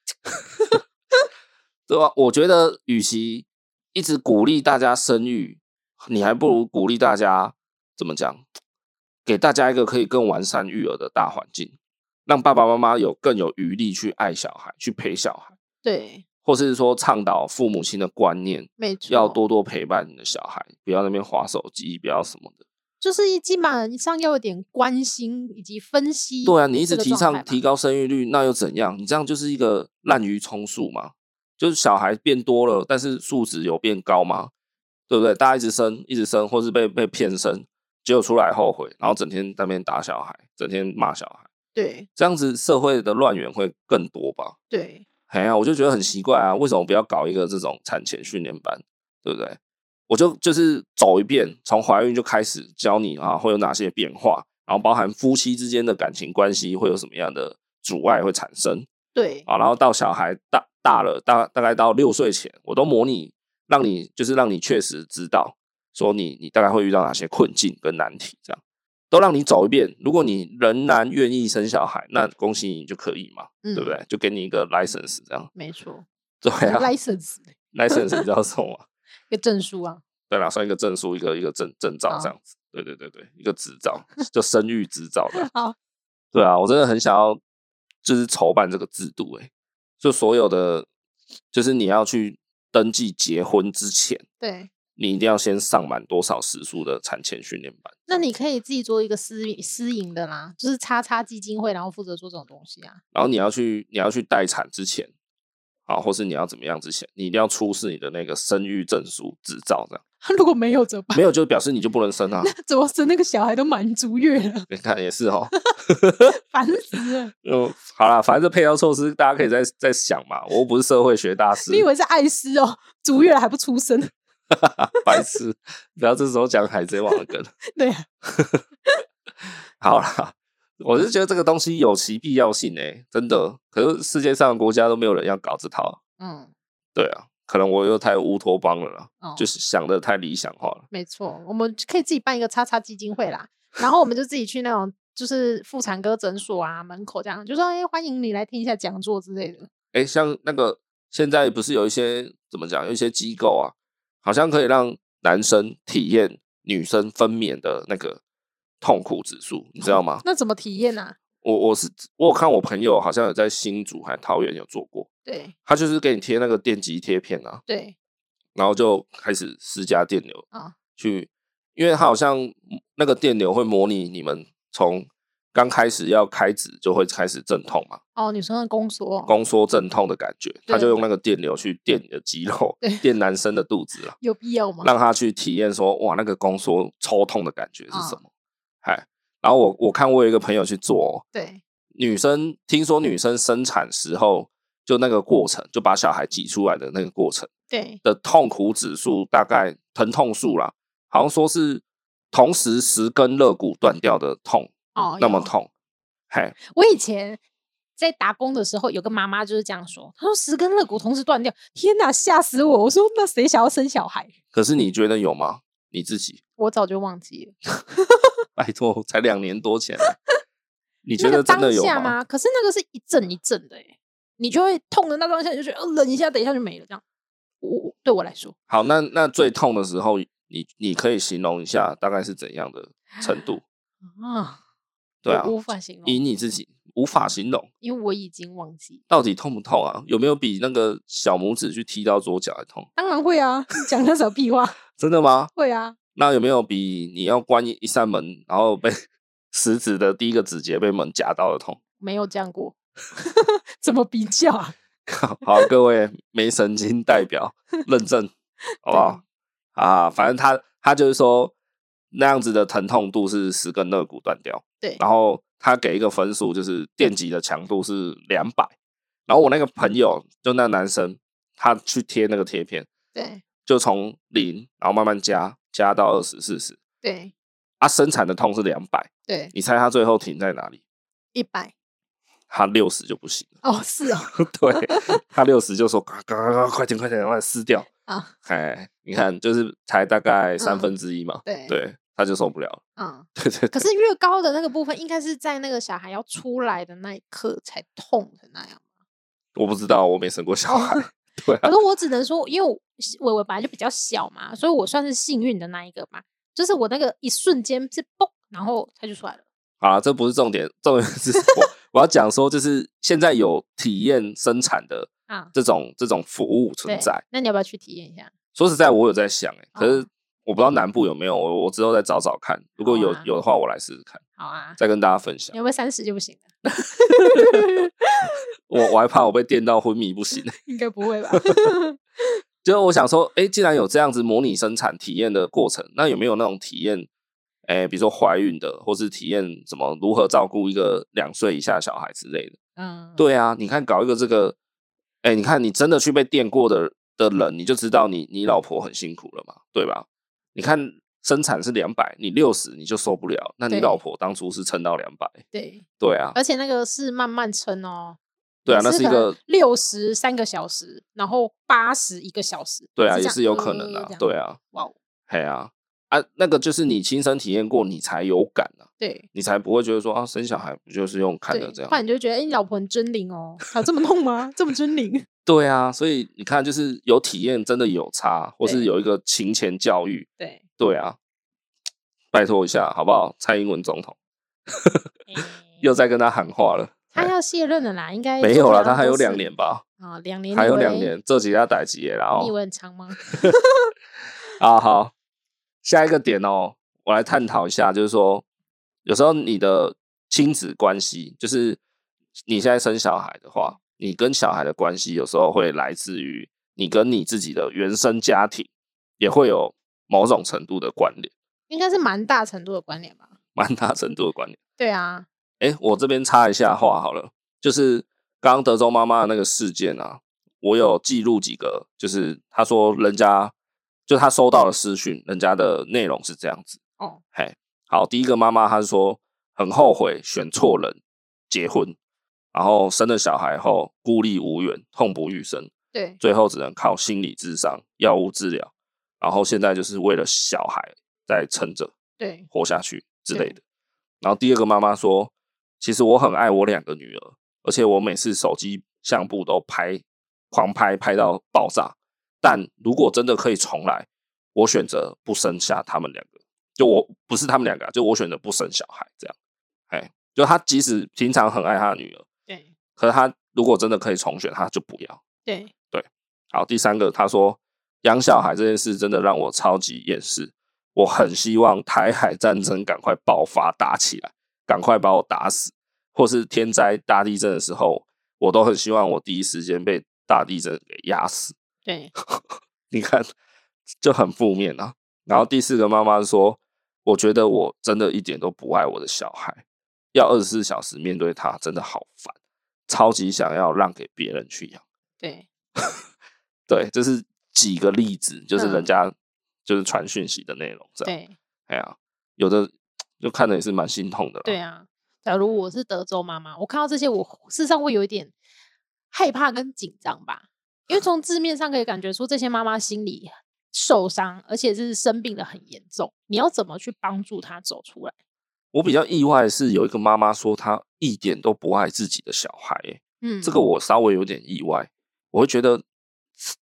[SPEAKER 1] 对吧、我觉得，与其一直鼓励大家生育，你还不如鼓励大家怎么讲，给大家一个可以更完善育儿的大环境，让爸爸妈妈有更有余力去爱小孩，去陪小孩，
[SPEAKER 2] 对，
[SPEAKER 1] 或是说倡导父母亲的观念，
[SPEAKER 2] 没错，
[SPEAKER 1] 要多多陪伴你的小孩，不要那边划手机，不要什么的。
[SPEAKER 2] 就是一基本上要有点关心以及分析。
[SPEAKER 1] 对啊，你一直提倡提
[SPEAKER 2] 提，
[SPEAKER 1] 高生育率，那又怎样？你这样就是一个滥竽充数嘛。就是小孩变多了，但是素质有变高吗？对不对？大家一直生，一直生，或是被被骗生，结果出来后悔，然后整天在那边打小孩，整天骂小孩，
[SPEAKER 2] 对
[SPEAKER 1] 这样子社会的乱源会更多吧？
[SPEAKER 2] 对，
[SPEAKER 1] 哎呀，我就觉得很奇怪啊，为什么不要搞一个这种产前训练班，对不对？我就就是走一遍，从怀孕就开始教你啊，会有哪些变化，然后包含夫妻之间的感情关系会有什么样的阻碍会产生
[SPEAKER 2] 对，
[SPEAKER 1] 啊，然后到小孩大大了，大大概到六岁前，我都模拟让你就是让你确实知道说你你大概会遇到哪些困境跟难题，这样都让你走一遍。如果你仍然愿意生小孩，那恭喜你就可以嘛，
[SPEAKER 2] 嗯，
[SPEAKER 1] 对不？对？就给你一个 license 这样。
[SPEAKER 2] 没错
[SPEAKER 1] 对啊
[SPEAKER 2] ，license
[SPEAKER 1] ，license 你知道是什么吗？
[SPEAKER 2] 一个证书啊，
[SPEAKER 1] 对啦，算一个证书，一个一个证证照
[SPEAKER 2] 好
[SPEAKER 1] 这样子。对对对对，一个执照，就生育执照的。
[SPEAKER 2] 好，
[SPEAKER 1] 对啊，我真的很想要，就是筹办这个制度、欸，就所有的，就是你要去登记结婚之前，
[SPEAKER 2] 对。
[SPEAKER 1] 你一定要先上满多少时数的产前训练班。
[SPEAKER 2] 那你可以自己做一个私私营的啦，就是叉叉基金会，然后负责做这种东西啊。
[SPEAKER 1] 然后你要去你要去待产之前，啊，或是你要怎么样之前，你一定要出示你的那个生育证书执照，这样
[SPEAKER 2] 如果没有怎么办？
[SPEAKER 1] 没有就表示你就不能 生啊。
[SPEAKER 2] 怎么生那个小孩都满足月了，
[SPEAKER 1] 你看也是哦。
[SPEAKER 2] 烦死了！
[SPEAKER 1] 嗯，好啦，反正这配套措施大家可以再再想嘛。我又不是社会学大师
[SPEAKER 2] 你，以为是爱斯哦？足月了还不出生？
[SPEAKER 1] 白痴，不要这时候讲海贼王的梗。
[SPEAKER 2] 对啊，
[SPEAKER 1] 好啦，我是觉得这个东西有其必要性诶、欸真的。可是世界上的国家都没有人要搞这套，
[SPEAKER 2] 嗯，
[SPEAKER 1] 对啊，可能我又太乌托邦了啦，
[SPEAKER 2] 哦，
[SPEAKER 1] 就是想的太理想化了。
[SPEAKER 2] 没错，我们可以自己办一个叉叉基金会啦，然后我们就自己去那种就是妇产科诊所啊门口这样，就说哎、欢迎你来听一下讲座之类的。
[SPEAKER 1] 诶、像那个现在不是有一些怎么讲，有一些机构啊，好像可以让男生体验女生分娩的那个痛苦指数，你知道吗？
[SPEAKER 2] 那怎么体验啊？
[SPEAKER 1] 我我是我有看我朋友好像有在新竹还桃园有做过，
[SPEAKER 2] 对
[SPEAKER 1] 他就是给你贴那个电极贴片啊，
[SPEAKER 2] 对，
[SPEAKER 1] 然后就开始施加电流
[SPEAKER 2] 啊
[SPEAKER 1] 去，因为他好像那个电流会模拟你们从刚开始要开指就会开始阵痛嘛，
[SPEAKER 2] 哦，女生的宫缩
[SPEAKER 1] 宫缩阵痛的感觉，他
[SPEAKER 2] 对
[SPEAKER 1] 就用那个电流去电你的肌肉
[SPEAKER 2] 对，
[SPEAKER 1] 电男生的肚子啊，
[SPEAKER 2] 有必要吗？
[SPEAKER 1] 让他去体验说哇那个宫缩抽痛的感觉
[SPEAKER 2] 哦
[SPEAKER 1] 是什么，哎，然后我我看我有一个朋友去做、哦。
[SPEAKER 2] 对，
[SPEAKER 1] 女生听说
[SPEAKER 2] 嗯
[SPEAKER 1] 女生生产时候就那个过程，就把小孩挤出来的那个过程
[SPEAKER 2] 对，
[SPEAKER 1] 的痛苦指数，大概疼痛数啦，好像说是同时十根肋骨断掉的痛，
[SPEAKER 2] 哦，
[SPEAKER 1] 那么
[SPEAKER 2] 有
[SPEAKER 1] 痛，嘿，
[SPEAKER 2] 我以前在打工的时候，有个妈妈就是这样说，她说十根肋骨同时断掉，天哪，吓死我！我说那谁想要生小孩？
[SPEAKER 1] 可是你觉得有吗？你自己，
[SPEAKER 2] 我早就忘记了，
[SPEAKER 1] 拜托，才两年多前啊、你觉
[SPEAKER 2] 那
[SPEAKER 1] 得
[SPEAKER 2] 个
[SPEAKER 1] 真
[SPEAKER 2] 当
[SPEAKER 1] 的有
[SPEAKER 2] 下
[SPEAKER 1] 吗？
[SPEAKER 2] 吗？可是那个是一阵一阵的、欸，你就会痛的那当下你就觉得，呃，忍一下，等一下就没了，这样。我我对我来说，
[SPEAKER 1] 好，那那
[SPEAKER 2] 嗯
[SPEAKER 1] 最痛的时候，你你可以形容一下大概是怎样的程度？
[SPEAKER 2] 啊，
[SPEAKER 1] 对啊
[SPEAKER 2] 我，无法形
[SPEAKER 1] 以
[SPEAKER 2] 容，
[SPEAKER 1] 你自己无法形容。
[SPEAKER 2] 因为我已经忘记。
[SPEAKER 1] 到底痛不痛啊？有没有比那个小拇指去踢到左脚还痛？
[SPEAKER 2] 当然会啊，你讲那什么屁话？
[SPEAKER 1] 真的吗？
[SPEAKER 2] 会啊，
[SPEAKER 1] 那有没有比你要关一扇门，然后被 食指的第一个指节被门夹到的痛？
[SPEAKER 2] 没有这样过，怎么比较啊？
[SPEAKER 1] 靠好，各位没神经代表认证，好不好？啊，反正他他就是说那样子的疼痛度是十根肋骨断掉，
[SPEAKER 2] 对
[SPEAKER 1] 然后他给一个分数，就是电极的强度是两百，然后我那个朋友就那男生，他去贴那个贴片，
[SPEAKER 2] 对
[SPEAKER 1] 就从零，然后慢慢加，加到二十、四十。
[SPEAKER 2] 对
[SPEAKER 1] 啊，生产的痛是两百，
[SPEAKER 2] 对，
[SPEAKER 1] 你猜他最后停在哪里？
[SPEAKER 2] 一百
[SPEAKER 1] 他六十就不行了。
[SPEAKER 2] 哦，是哦，
[SPEAKER 1] 对他六十就说：“赶赶赶快点，快点，快点撕掉！”
[SPEAKER 2] 啊，
[SPEAKER 1] 哎，你看，就是才大概三分之一嘛。
[SPEAKER 2] 对，
[SPEAKER 1] 对，他就受不了了。
[SPEAKER 2] 嗯，
[SPEAKER 1] 对对
[SPEAKER 2] 可
[SPEAKER 1] 对，
[SPEAKER 2] 是越高的那个部分，应该是在那个小孩要出来的那一刻才痛的那样。
[SPEAKER 1] 我不知道，我没生过小 孩。对啊
[SPEAKER 2] 可，是我只能说，因为我伟伟本来就比较小嘛，所以我算是幸运的那一个嘛。就是我那个一瞬间是嘣，然后他就出来了。
[SPEAKER 1] 好啦这不是重点，重点是我我要讲说，就是现在有体验生产的
[SPEAKER 2] 啊，
[SPEAKER 1] 这种这种服务
[SPEAKER 2] 对
[SPEAKER 1] 存在。。
[SPEAKER 2] 那你要不要去体验一下？
[SPEAKER 1] 说实在，我有在想、欸，可是
[SPEAKER 2] 哦
[SPEAKER 1] 我不知道南部有没有，我我之后再找找看。如果有、
[SPEAKER 2] 好啊
[SPEAKER 1] 有的话，我来试试看，
[SPEAKER 2] 好 啊，
[SPEAKER 1] 再跟大家分享
[SPEAKER 2] 你。会不会三十就不行 了？
[SPEAKER 1] 我我还怕我被电到昏迷不醒、欸，
[SPEAKER 2] 应该不会吧？
[SPEAKER 1] 就是我想说，哎、既然有这样子模拟生产体验的过程，那有没有那种体验？哎，比如说怀孕的，或是体验怎么如何照顾一个两岁以下的小孩之类的。
[SPEAKER 2] 嗯，
[SPEAKER 1] 对啊，你看搞一个这个，哎，你看你真的去被电过的的人，你就知道你你老婆很辛苦了嘛，对吧？你看生产是两百，你六十你就受不了，那你
[SPEAKER 2] 对呃
[SPEAKER 1] 老婆当初是撑到两百，
[SPEAKER 2] 对，
[SPEAKER 1] 对啊，
[SPEAKER 2] 而且那个是慢慢撑哦。
[SPEAKER 1] 对啊，那是一个
[SPEAKER 2] 六十三个小时，然后八十一个小时，
[SPEAKER 1] 对啊，
[SPEAKER 2] 这
[SPEAKER 1] 也
[SPEAKER 2] 样
[SPEAKER 1] 是有可能的、
[SPEAKER 2] 呃这样嗯
[SPEAKER 1] 对啊，
[SPEAKER 2] 哇哦，
[SPEAKER 1] 嘿啊，啊，那个就是你亲身体验过，你才有感啊，
[SPEAKER 2] 对，
[SPEAKER 1] 你才不会觉得说啊，生小孩不就是用看的
[SPEAKER 2] 对
[SPEAKER 1] 这，样
[SPEAKER 2] 不？然你就觉得，哎，你老婆很狰狞哦，有这么弄吗？ 这么狰 狞？
[SPEAKER 1] 对啊，所以你看，就是有体验真的有差，或是
[SPEAKER 2] 对
[SPEAKER 1] 有一个勤前教育，
[SPEAKER 2] 对，
[SPEAKER 1] 对啊，拜托一下好不好？蔡英文总统又在跟他喊话了，
[SPEAKER 2] 他要卸任了啦，应该
[SPEAKER 1] 哎没
[SPEAKER 2] 就
[SPEAKER 1] 有
[SPEAKER 2] 这
[SPEAKER 1] 啦，
[SPEAKER 2] 样
[SPEAKER 1] 他还
[SPEAKER 2] 啊都
[SPEAKER 1] 有两
[SPEAKER 2] 是
[SPEAKER 1] 年吧，
[SPEAKER 2] 啊，两年
[SPEAKER 1] 还有两
[SPEAKER 2] 你以为
[SPEAKER 1] 年，这几家逮几耶，然
[SPEAKER 2] 你以
[SPEAKER 1] 后
[SPEAKER 2] 为很长吗？
[SPEAKER 1] 啊好，下一个点哦，我来探讨一下，就是说有时候你的亲子关系，就是你现在生小孩的话，你跟小孩的关系有时候会来自于你跟你自己的原生家庭也会有某种程度的关联，
[SPEAKER 2] 应该是蛮大程度的关联吧？
[SPEAKER 1] 蛮大程度的关联。
[SPEAKER 2] 对啊，
[SPEAKER 1] 哎，我这边插一下话好了，就是刚刚德州妈妈的那个事件啊，我有记录几个，就是她说人家就她收到的私讯，人家的内容是这样子。
[SPEAKER 2] 哦，
[SPEAKER 1] 嘿，好，第一个妈妈她是说很后悔选错人结婚，然后生了小孩后孤立无援，痛不欲生，
[SPEAKER 2] 对，
[SPEAKER 1] 最后只能靠心理智商、药物治疗，然后现在就是为了小孩在撑着。
[SPEAKER 2] 对，
[SPEAKER 1] 活下去之类
[SPEAKER 2] 对
[SPEAKER 1] 的。然后第二个妈妈说，其实我很爱我两个女儿，而且我每次手机相簿都拍狂拍拍到爆炸。但如果真的可以重来，我选择不生下他们两个，就我不是他们两个啊，就我选择不生小孩这样。哎，就她即使平常很爱她的女儿，
[SPEAKER 2] 对，
[SPEAKER 1] 可是她如果真的可以重选，她就不要。
[SPEAKER 2] 对，
[SPEAKER 1] 好，第三个，他说养小孩这件事真的让我超级厌世，我很希望台海战争赶快爆发打起来，赶快把我打死，或是天灾大地震的时候，我都很希望我第一时间被大地震给压死。
[SPEAKER 2] 对，
[SPEAKER 1] 你看，就很负面啊。然后第四个妈妈说，我觉得我真的一点都不爱我的小孩，要二十四小时面对他，真的好烦，超级想要让给别人去养。
[SPEAKER 2] 对，
[SPEAKER 1] 对，这是几个例子，就是人
[SPEAKER 2] 嗯
[SPEAKER 1] 家就是传讯息的内容这样。
[SPEAKER 2] 对，
[SPEAKER 1] 哎呀，有的就看着也是蛮心痛的。
[SPEAKER 2] 对，啊。假如我是德州妈妈，我看到这些，我事实上会有一点害怕跟紧张吧，因为从字面上可以感觉出这些妈妈心里受伤，而且是生病的很严重。你要怎么去帮助她走出来？
[SPEAKER 1] 我比较意外的是有一个妈妈说她一点都不爱自己的小孩、欸，
[SPEAKER 2] 嗯，
[SPEAKER 1] 这个我稍微有点意外，我会觉得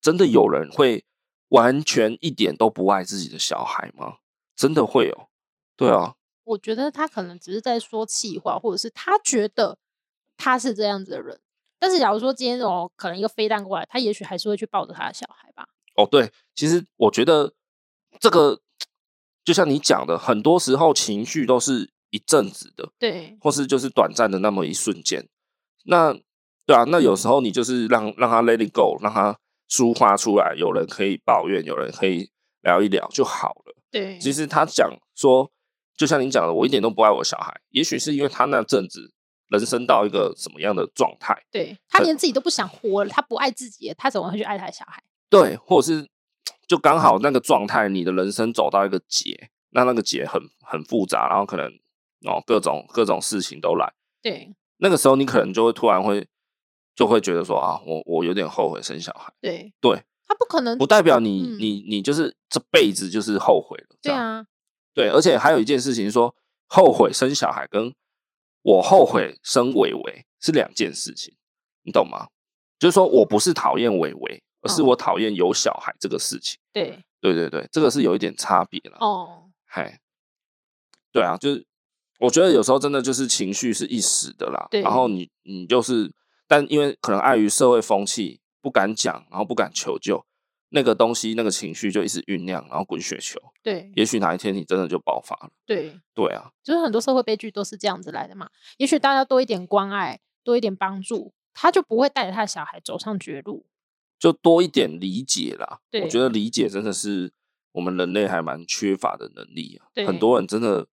[SPEAKER 1] 真的有人会完全一点都不爱自己的小孩吗？真的会哦？对啊，
[SPEAKER 2] 我觉得他可能只是在说气话，或者是他觉得他是这样子的人。但是假如说今天哦，可能一个飞弹过来，他也许还是会去抱着他的小孩吧。
[SPEAKER 1] 哦，对，其实我觉得这个就像你讲的，很多时候情绪都是一阵子的，
[SPEAKER 2] 对
[SPEAKER 1] 或是就是短暂的那么一瞬间。那对啊，那有时候你就是让让他 let it go，让他抒发出来，有人可以抱怨，有人可以聊一聊就好了。
[SPEAKER 2] 对，
[SPEAKER 1] 其实他讲说，就像你讲的，我一点都不爱我小孩，也许是因为他那阵子人生到一个什么样的状态，
[SPEAKER 2] 对他
[SPEAKER 1] 呃
[SPEAKER 2] 连自己都不想活了，他不爱自己了，他怎么会去爱他的小孩？
[SPEAKER 1] 对，或者是就刚好那个状态，你的人生走到一个结，那那个结很很复杂，然后可能哦各种各种事情都来。
[SPEAKER 2] 对
[SPEAKER 1] 那个时候你可能就会突然会就会觉得说啊，我我有点后悔生小孩，
[SPEAKER 2] 对
[SPEAKER 1] 对，
[SPEAKER 2] 他不可能
[SPEAKER 1] 不代表你、
[SPEAKER 2] 嗯
[SPEAKER 1] 你你就是这辈子就是后悔了，这
[SPEAKER 2] 对
[SPEAKER 1] 样
[SPEAKER 2] 啊，
[SPEAKER 1] 对，而且还有一件事情说，后悔生小孩跟我后悔生伟伟是两件事情，你懂吗？就是说我不是讨厌伟伟，而是
[SPEAKER 2] 哦
[SPEAKER 1] 我讨厌有小孩这个事情。
[SPEAKER 2] 对
[SPEAKER 1] 对对对，这个是有一点差别了。
[SPEAKER 2] 哦，
[SPEAKER 1] 嗨，对啊，就是我觉得有时候真的就是情绪是一时的啦，
[SPEAKER 2] 嗯对
[SPEAKER 1] 然后你你就是，但因为可能碍于社会风气，不敢讲，然后不敢求救，那个东西那个情绪就一直酝酿，然后滚雪球，
[SPEAKER 2] 对
[SPEAKER 1] 也许哪一天你真的就爆发了。
[SPEAKER 2] 对，
[SPEAKER 1] 对啊，
[SPEAKER 2] 就是很多社会悲剧都是这样子来的嘛。也许大家多一点关爱，多一点帮助，他就不会带着他的小孩走上绝路。
[SPEAKER 1] 就多一点理解啦。我
[SPEAKER 2] 嗯对
[SPEAKER 1] 觉得理解真的是我们人类还蛮缺乏的能力啊，
[SPEAKER 2] 对
[SPEAKER 1] 很多人真的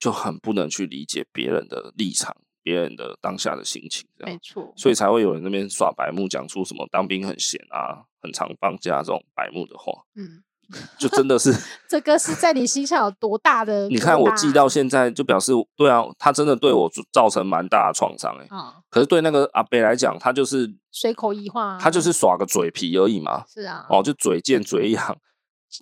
[SPEAKER 1] 就很不能去理解别人的立场、别人的当下的心情，这样
[SPEAKER 2] 没，错，
[SPEAKER 1] 所以才会有人那边耍白目，讲出什么当兵很闲啊，很常放假这种白目的话，
[SPEAKER 2] 嗯，
[SPEAKER 1] 就真的是，
[SPEAKER 2] 这个是在你心上有多大的疙瘩？
[SPEAKER 1] 你看我记到现在，就表示对啊，他真的对我造成蛮大的创伤哎。
[SPEAKER 2] 啊，
[SPEAKER 1] 可是对那个阿贝来讲，他就是
[SPEAKER 2] 随口一话啊，
[SPEAKER 1] 他就是耍个嘴皮而已嘛，
[SPEAKER 2] 是啊，
[SPEAKER 1] 哦，就嘴贱嘴痒，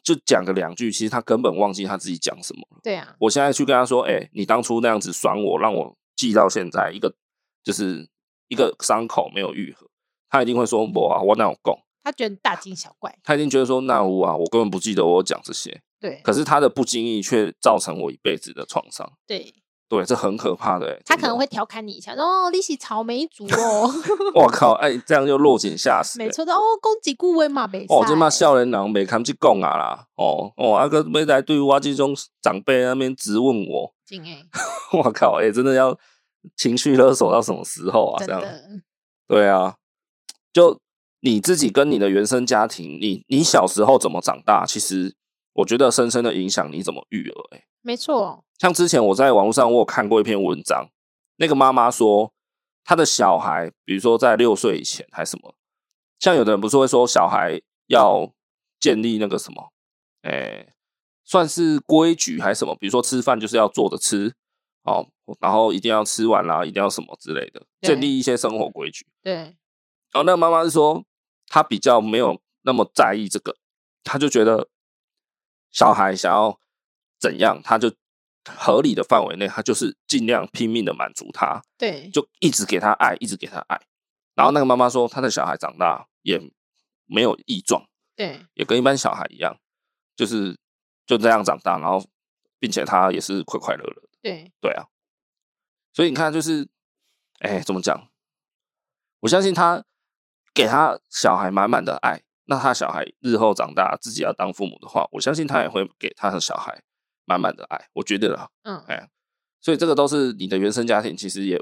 [SPEAKER 1] 就讲个两句，其实他根本忘记他自己讲什么了。
[SPEAKER 2] 对啊，
[SPEAKER 1] 我现在去跟他说，哎、你当初那样子爽我，让我记到现在，一个就是一个伤口没有愈合，他一定会说，我啊，我哪有供？
[SPEAKER 2] 他觉得你大惊小怪，
[SPEAKER 1] 他一定觉得说，那我啊，我根本不记得我有讲这些。
[SPEAKER 2] 对
[SPEAKER 1] 可是他的不经意却造成我一辈子的创伤，
[SPEAKER 2] 对，
[SPEAKER 1] 对，这很可怕的、欸。
[SPEAKER 2] 他
[SPEAKER 1] 真
[SPEAKER 2] 可
[SPEAKER 1] 的
[SPEAKER 2] 能会调侃你一下，哦，你是草莓族 哦，
[SPEAKER 1] 我靠，哎、这样就落井下石、
[SPEAKER 2] 没
[SPEAKER 1] 欸。
[SPEAKER 2] 错的哦，攻击顾问嘛，没啊
[SPEAKER 1] 哦，这嘛少年人没堪去讲啊啦，哦哦，啊个没来对我这种长辈那边质问我，
[SPEAKER 2] 劲哎，
[SPEAKER 1] 我靠，哎、真的要情绪勒索到什么时候啊？
[SPEAKER 2] 真
[SPEAKER 1] 这样，
[SPEAKER 2] 的，
[SPEAKER 1] 对啊，就你自己跟你的原生家庭，你你小时候怎么长大，其实我觉得深深的影响你怎么育儿、欸。
[SPEAKER 2] 没错，
[SPEAKER 1] 像之前我在网络上我有看过一篇文章，那个妈妈说她的小孩，比如说在六岁以前还是什么，像有的人不是会说小孩要建立那个什么，诶、算是规矩还是什么，比如说吃饭就是要坐着吃哦，然后一定要吃完啦，一定要什么之类的，
[SPEAKER 2] 对
[SPEAKER 1] 建立一些生活规矩。
[SPEAKER 2] 对，
[SPEAKER 1] 然后那个妈妈是说，她比较没有那么在意这个，她就觉得小孩想要怎样，她就合理的范围内，她就是尽量拼命的满足他，
[SPEAKER 2] 对，
[SPEAKER 1] 就一直给他爱，一直给他爱。然后那个妈妈说，她的小孩长大也没有异状，
[SPEAKER 2] 对，
[SPEAKER 1] 也跟一般小孩一样，就是就这样长大，然后并且他也是快快乐乐的。
[SPEAKER 2] 对，
[SPEAKER 1] 对啊，所以你看，就是，哎、怎么讲？我相信他给他小孩满满的爱，那他小孩日后长大自己要当父母的话，我相信他也会给他的小孩满满的爱。我觉得啦，
[SPEAKER 2] 嗯，
[SPEAKER 1] 哎所以这个都是你的原生家庭，其实也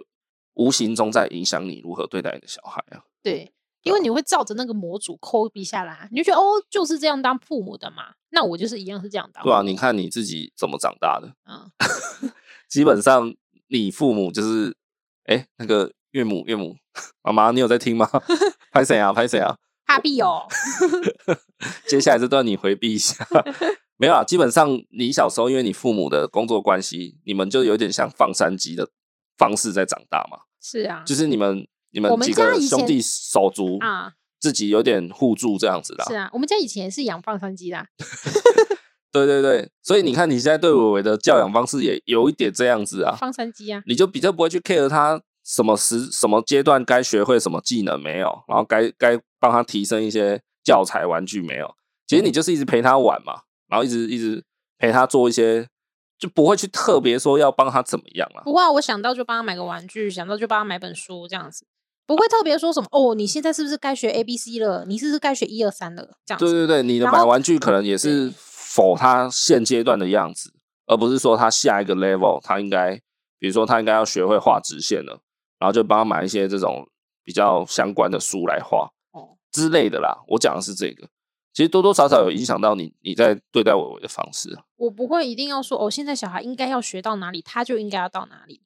[SPEAKER 1] 无形中在影响你如何对待你的小孩啊。
[SPEAKER 2] 对，因为你会照着那个模组抠鼻下来，你就觉得哦，就是这样当父母的嘛，那我就是一样是这样当。
[SPEAKER 1] 对啊，你看你自己怎么长大的？
[SPEAKER 2] 嗯，
[SPEAKER 1] 基本上你父母就是，哎、那个岳母岳母妈妈，你有在听吗？ 拍谁啊？拍谁啊？
[SPEAKER 2] 哈 必哦，
[SPEAKER 1] 接下来这段你回避一 下。没有啊，基本上你小时候因为你父母的工作关系，你们就有点像放山鸡的方式在长大嘛，
[SPEAKER 2] 是啊，
[SPEAKER 1] 就是你们你
[SPEAKER 2] 我
[SPEAKER 1] 们
[SPEAKER 2] 们
[SPEAKER 1] 几
[SPEAKER 2] 家
[SPEAKER 1] 个
[SPEAKER 2] 以前
[SPEAKER 1] 兄弟手足
[SPEAKER 2] 啊，
[SPEAKER 1] 自己有点互助这样子的啊、
[SPEAKER 2] 是啊，我们家以前也是养放山鸡的啊，
[SPEAKER 1] 对对对，所以
[SPEAKER 2] 嗯
[SPEAKER 1] 你看你现在对伟伟的教养方式也有一点这样子啊，
[SPEAKER 2] 放山鸡啊，
[SPEAKER 1] 你就比较不会去 care 他什么时什么阶段该学会什么技能没有，然后该该帮他提升一些教材玩具没有。其实你就是一直陪他玩嘛，然后一直一直陪他做一些，就不会去特别说要帮他怎么样啦。
[SPEAKER 2] 不过啊我想到就帮他买个玩具，想到就帮他买本书这样子。不会特别说什么哦，你现在是不是该学 A B C 了？你是不是该学一二三了？这样
[SPEAKER 1] 对
[SPEAKER 2] 子，
[SPEAKER 1] 对对，你的
[SPEAKER 2] 然
[SPEAKER 1] 买
[SPEAKER 2] 后
[SPEAKER 1] 玩具可能也是否他现阶段的样子，而不是说他下一个 level 他应该，比如说他应该要学会画直线了，然后就帮他买一些这种比较相关的书来画
[SPEAKER 2] 哦嗯
[SPEAKER 1] 之类的啦。我讲的是这个，其实多多少少有影响到你你在对待伟伟的方式啊。
[SPEAKER 2] 我不会一定要说哦，现在小孩应该要学到哪里，他就应该要到哪里。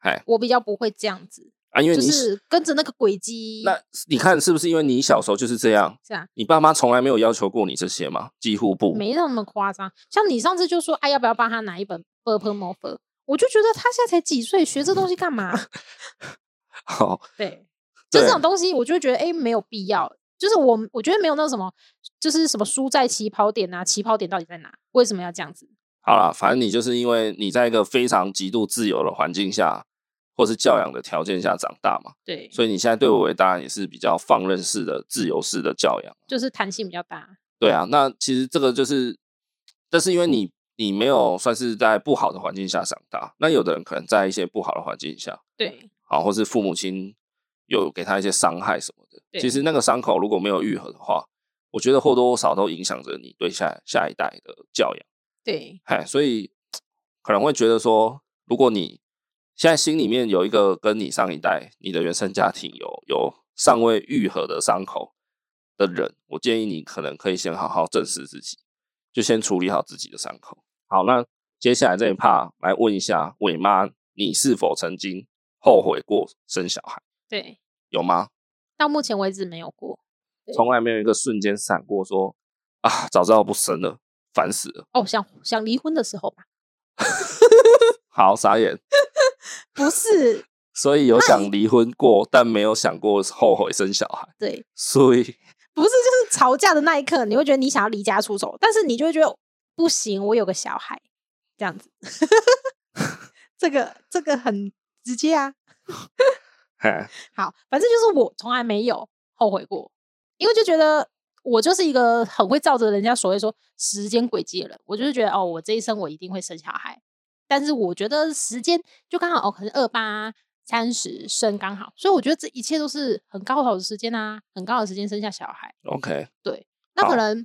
[SPEAKER 1] 哎
[SPEAKER 2] 我比较不会这样子，
[SPEAKER 1] 啊，因为
[SPEAKER 2] 就
[SPEAKER 1] 你、
[SPEAKER 2] 是跟着那个轨迹。
[SPEAKER 1] 那你看是不是因为你小时候就是这样，
[SPEAKER 2] 是啊，
[SPEAKER 1] 你爸妈从来没有要求过你这些嘛？几乎不。
[SPEAKER 2] 没那么夸张。像你上次就说，哎，要不要帮他拿一本《b u r p l e m o f e r 我就觉得他现在才几岁，学这东西 干嘛？
[SPEAKER 1] 好、
[SPEAKER 2] 对，就
[SPEAKER 1] 哦对
[SPEAKER 2] 这种东西，我就会觉得，哎、没有必要。就是我，我觉得没有那什么，就是什么输在起跑点啊，起跑点到底在哪？为什么要这样子？
[SPEAKER 1] 好啦，反正你就是因为你在一个非常极度自由的环境下，或是教养的条件下长大嘛，
[SPEAKER 2] 对，
[SPEAKER 1] 所以你现在对我当然也是比较放任式的、自由式的教养。
[SPEAKER 2] 就是弹性比较大。
[SPEAKER 1] 对啊，那其实这个就是，但是因为你你没有算是在不好的环境下长大，那有的人可能在一些不好的环境下，
[SPEAKER 2] 对，
[SPEAKER 1] 啊，或是父母亲有给他一些伤害什么的，
[SPEAKER 2] 对
[SPEAKER 1] 其实那个伤口如果没有愈合的话，我觉得或多或少都影响着你对下下一代的教养。
[SPEAKER 2] 对，
[SPEAKER 1] 哎，所以可能会觉得说，如果你现在心里面有一个跟你上一代、你的原生家庭有有尚未愈合的伤口的人，我建议你可能可以先好好正视自己，就先处理好自己的伤口。好，那接下来这一趴来问一下伟妈，你是否曾经后悔过生小孩？
[SPEAKER 2] 对，
[SPEAKER 1] 有吗？
[SPEAKER 2] 到目前为止没有过。对
[SPEAKER 1] 从来没有一个瞬间闪过说啊，早知道不生了，烦死了。
[SPEAKER 2] 哦，想想离婚的时候吧，
[SPEAKER 1] 好傻眼，
[SPEAKER 2] 不是，
[SPEAKER 1] 所以有想离婚过，但没有想过后悔生小孩，
[SPEAKER 2] 对，
[SPEAKER 1] 所以
[SPEAKER 2] 不是，就是吵架的那一刻，你会觉得你想要离家出走，但是你就会觉得不行，我有个小孩，这样子， 这个这个很直接啊。嗯
[SPEAKER 1] 嘿
[SPEAKER 2] 好，反正就是我从来没有后悔过，因为就觉得我就是一个很会照着人家所谓说时间轨迹的人，我就是觉得哦，我这一生我一定会生小孩，但是我觉得时间就刚好哦，可能二八三十生刚好，所以我觉得这一切都是很刚好的时间啊，很刚好的时间生下小孩。
[SPEAKER 1] OK，
[SPEAKER 2] 那
[SPEAKER 1] 好
[SPEAKER 2] 可能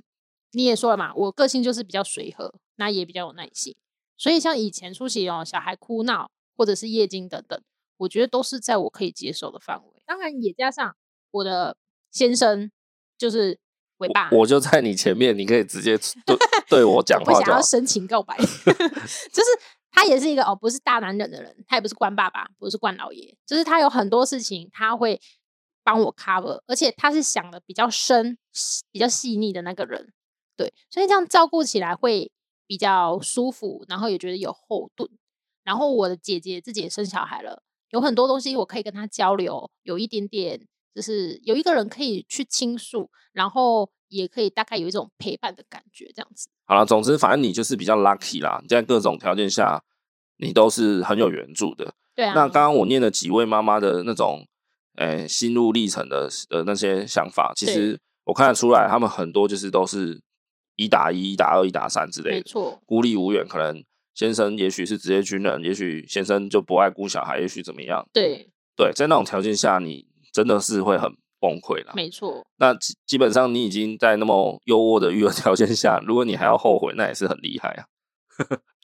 [SPEAKER 2] 你也说了嘛，我个性就是比较随和，那也比较有耐心，所以像以前出席哦，小孩哭闹或者是夜惊等等，我觉得都是在我可以接受的范围。当然也加上我的先生就是伟爸，
[SPEAKER 1] 我就在你前面，你可以直 接对对我讲话
[SPEAKER 2] 不
[SPEAKER 1] 就
[SPEAKER 2] 想
[SPEAKER 1] 好
[SPEAKER 2] 要。深情告白， 就是他也是一个哦，不是大男人的人，他也不是官爸爸，不是官老爷，就是他有很多事情他会帮我 cover，而且他是想的比较深、细比较细腻的那个人，对，所以这样照顾起来会比较舒服，然后也觉得有后盾。然后我的姐姐自己也生小孩了，有很多东西我可以跟她交流，有一点点就是有一个人可以去倾诉，然后也可以大概有一种陪伴的感觉，这样子。
[SPEAKER 1] 好了，总之反正你就是比较 lucky 啦，你在各种条件下，你都是很有援助的。
[SPEAKER 2] 对啊，
[SPEAKER 1] 那刚刚我念了几位妈妈的那种，诶、心路历程的的那些想法，其
[SPEAKER 2] 对
[SPEAKER 1] 实我看得出来，他们很多就是都是一打一、一打二、一打三之类
[SPEAKER 2] 没
[SPEAKER 1] 的，
[SPEAKER 2] 错，
[SPEAKER 1] 孤立无援。可能先生也许是职业军人，也许先生就不爱顾小孩，也许怎么样？
[SPEAKER 2] 对，
[SPEAKER 1] 对，在那种条件下，你真的是会很崩溃啦。
[SPEAKER 2] 没错，
[SPEAKER 1] 那基基本上你已经在那么优渥的育儿条件下，如果你还要后悔，那也是很厉害啊。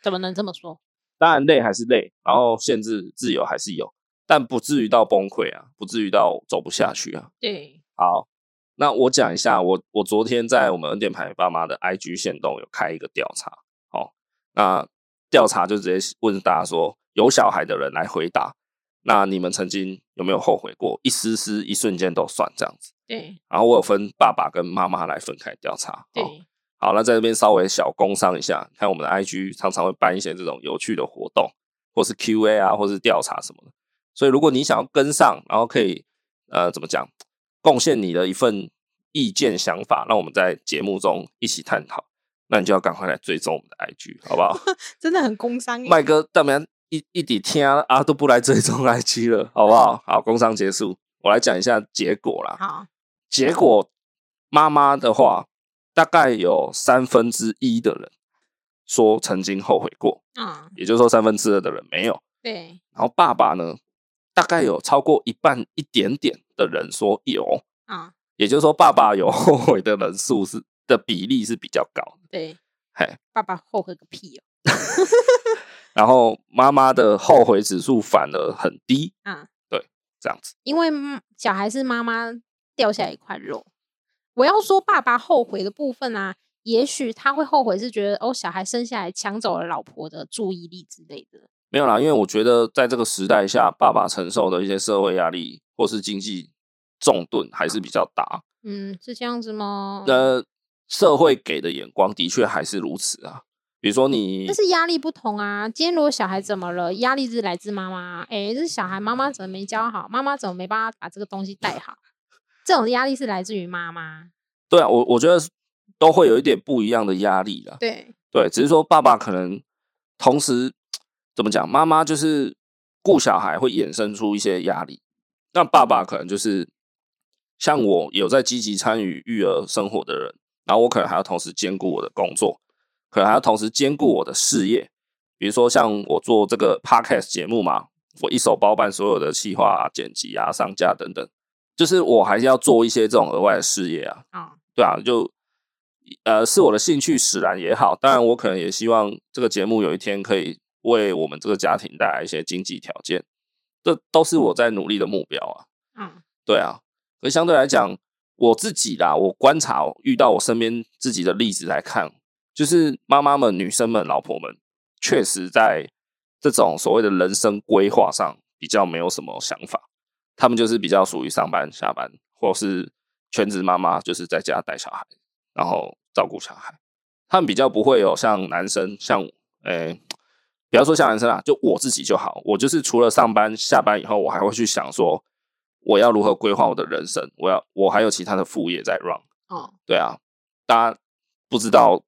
[SPEAKER 2] 怎么能这么说？
[SPEAKER 1] 当然累还是累，然后限制自由还是有，但不至于到崩溃啊，不至于到走不下去啊。
[SPEAKER 2] 对，
[SPEAKER 1] 好，那我讲一下，我我昨天在我们恩典牌爸妈的 IG 线动有开一个调查，哦，那调查就直接问大家说，有小孩的人来回答，那你们曾经有没有后悔过？一丝丝、一瞬间都算这样子。
[SPEAKER 2] 对，
[SPEAKER 1] 然后我有分爸爸跟妈妈来分开调查。哦
[SPEAKER 2] 对，
[SPEAKER 1] 好，那在这边稍微小工商一下，看我们的 IG 常常会办一些这种有趣的活动，或是 Q&A 啊，或是调查什么的。所以如果你想要跟上，然后可以呃怎么讲，贡献你的一份意见想法，让我们在节目中一起探讨，那你就要赶快来追踪我们的 IG，好不好？
[SPEAKER 2] 真的很工伤耶。
[SPEAKER 1] 麦哥，当然一一底听啊啊都不来追踪 IG 了，好不好？好，工商结束，我来讲一下结果啦。
[SPEAKER 2] 好，
[SPEAKER 1] 结果妈妈的话，大概有三分之一的人说曾经后悔过，
[SPEAKER 2] 嗯，
[SPEAKER 1] 也就是说三分之二的人没有。
[SPEAKER 2] 对，
[SPEAKER 1] 然后爸爸呢，大概有超过一半一点点的人说有，
[SPEAKER 2] 啊，
[SPEAKER 1] 也就是说爸爸有后悔的人数是的比例是比较高的。
[SPEAKER 2] 对，
[SPEAKER 1] 嘿，
[SPEAKER 2] 爸爸后悔个屁哦。
[SPEAKER 1] 然后妈妈的后悔指数反而很低。
[SPEAKER 2] 嗯，
[SPEAKER 1] 对，这样子。
[SPEAKER 2] 因为妈小孩是妈妈掉下一块肉。我要说爸爸后悔的部分啊，也许他会后悔是觉得哦，小孩生下来抢走了老婆的注意力之类的。
[SPEAKER 1] 没有啦，因为我觉得在这个时代下，爸爸承受的一些社会压力或是经济重盾还是比较大。
[SPEAKER 2] 嗯，是这样子吗？
[SPEAKER 1] 那呃社会给的眼光的确还是如此啊。比如说你
[SPEAKER 2] 哦嗯但，是压力不同啊。今天如果小孩怎么了，压力是来自妈妈。哎、这小孩妈妈怎么没教好？妈妈怎么没帮他把这个东西带好？这种压力是来自于妈妈。
[SPEAKER 1] 对啊，我我觉得都会有一点不一样的压力啦。
[SPEAKER 2] 对
[SPEAKER 1] 对，只是说爸爸可能同时怎么讲，妈妈就是顾小孩会衍生出一些压力，那爸爸可能就是像我有在积极参与育儿生活的人，然后我可能还要同时兼顾我的工作，可能还要同时兼顾我的事业，比如说像我做这个 podcast 节目嘛，我一手包办所有的企划、啊、剪辑啊、上架等等，就是我还是要做一些这种额外的事业啊，
[SPEAKER 2] 啊、
[SPEAKER 1] 对啊，就呃是我的兴趣使然也好，当然我可能也希望这个节目有一天可以为我们这个家庭带来一些经济条件，这都是我在努力的目标啊。
[SPEAKER 2] 嗯
[SPEAKER 1] 对啊，可是相对来讲，我自己啦，我观察遇到我身边自己的例子来看，就是妈妈们、女生们、老婆们，确实在这种所谓的人生规划上比较没有什么想法，他们就是比较属于上班下班，或是全职妈妈，就是在家带小孩，然后照顾小孩。他们比较不会有像男生，像诶、不要说像男生啦，就我自己就好。我就是除了上班下班以后，我还会去想说，我要如何规划我的人生，我要我还有其他的副业在 run。
[SPEAKER 2] 哦，
[SPEAKER 1] 对啊，大家不知道，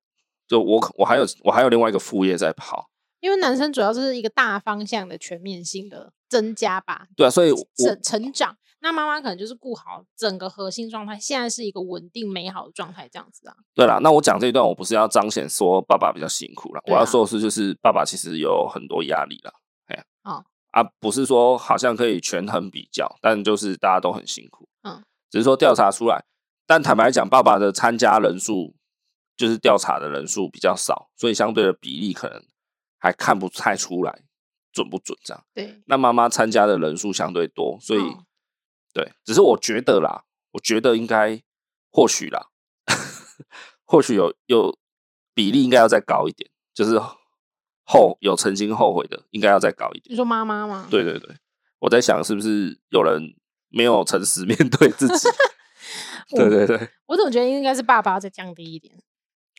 [SPEAKER 1] 就我可我还有我还有另外一个副业在跑，
[SPEAKER 2] 因为男生主要是一个大方向的全面性的增加吧，
[SPEAKER 1] 对啊，所以我
[SPEAKER 2] 成成长。那妈妈可能就是顾好整个核心状态，现在是一个稳定美好的状态，这样子啊。
[SPEAKER 1] 对啦，那我讲这一段，我不是要彰显说爸爸比较辛苦啦，
[SPEAKER 2] 对啊
[SPEAKER 1] 我要说的是，就是爸爸其实有很多压力啦，哎呀、
[SPEAKER 2] 哦
[SPEAKER 1] 啊，不是说好像可以权衡比较，但就是大家都很辛苦，
[SPEAKER 2] 嗯，
[SPEAKER 1] 只是说调查出来，但坦白讲，爸爸的参加人数就是调查的人数比较少，所以相对的比例可能还看不太出来准不准这样。
[SPEAKER 2] 对，
[SPEAKER 1] 那妈妈参加的人数相对多，所以、
[SPEAKER 2] 哦
[SPEAKER 1] 对，只是我觉得啦，我觉得应该或许啦，或许有有比例应该要再高一点，就是后有曾经后悔的，应该要再高一
[SPEAKER 2] 你
[SPEAKER 1] 点。
[SPEAKER 2] 说妈妈吗？，
[SPEAKER 1] 对对对，我在想是不是有人没有诚实面对自 己？对对对，
[SPEAKER 2] 我总觉得应该是爸爸要再降低一点。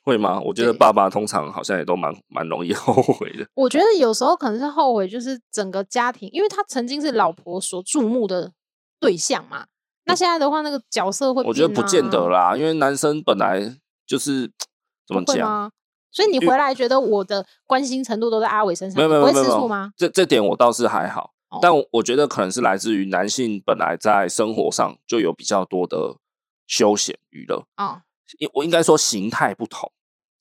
[SPEAKER 1] 会吗？我觉得
[SPEAKER 2] 对
[SPEAKER 1] 爸爸通常好像也都蛮蛮容易后悔的。
[SPEAKER 2] 我觉得有时候可能是后悔，就是整个家庭，因为他曾经是老
[SPEAKER 1] 嗯
[SPEAKER 2] 婆所注目的对象嘛。那现在的话，那个角色会、啊
[SPEAKER 1] 我觉得不见得，啦，因为男生本来就是怎么
[SPEAKER 2] 不会
[SPEAKER 1] 讲，
[SPEAKER 2] 吗？所以你回来觉得我的关心程度都在阿伟身上，
[SPEAKER 1] 没有没
[SPEAKER 2] 你
[SPEAKER 1] 有
[SPEAKER 2] 不
[SPEAKER 1] 没
[SPEAKER 2] 会
[SPEAKER 1] 有没
[SPEAKER 2] 吃醋
[SPEAKER 1] 有
[SPEAKER 2] 吗？
[SPEAKER 1] 这这点我倒是还好，
[SPEAKER 2] 哦
[SPEAKER 1] 但我我觉得可能是来自于男性本来在生活上就有比较多的休闲娱乐，
[SPEAKER 2] 哦，
[SPEAKER 1] 应我应该说形态不同，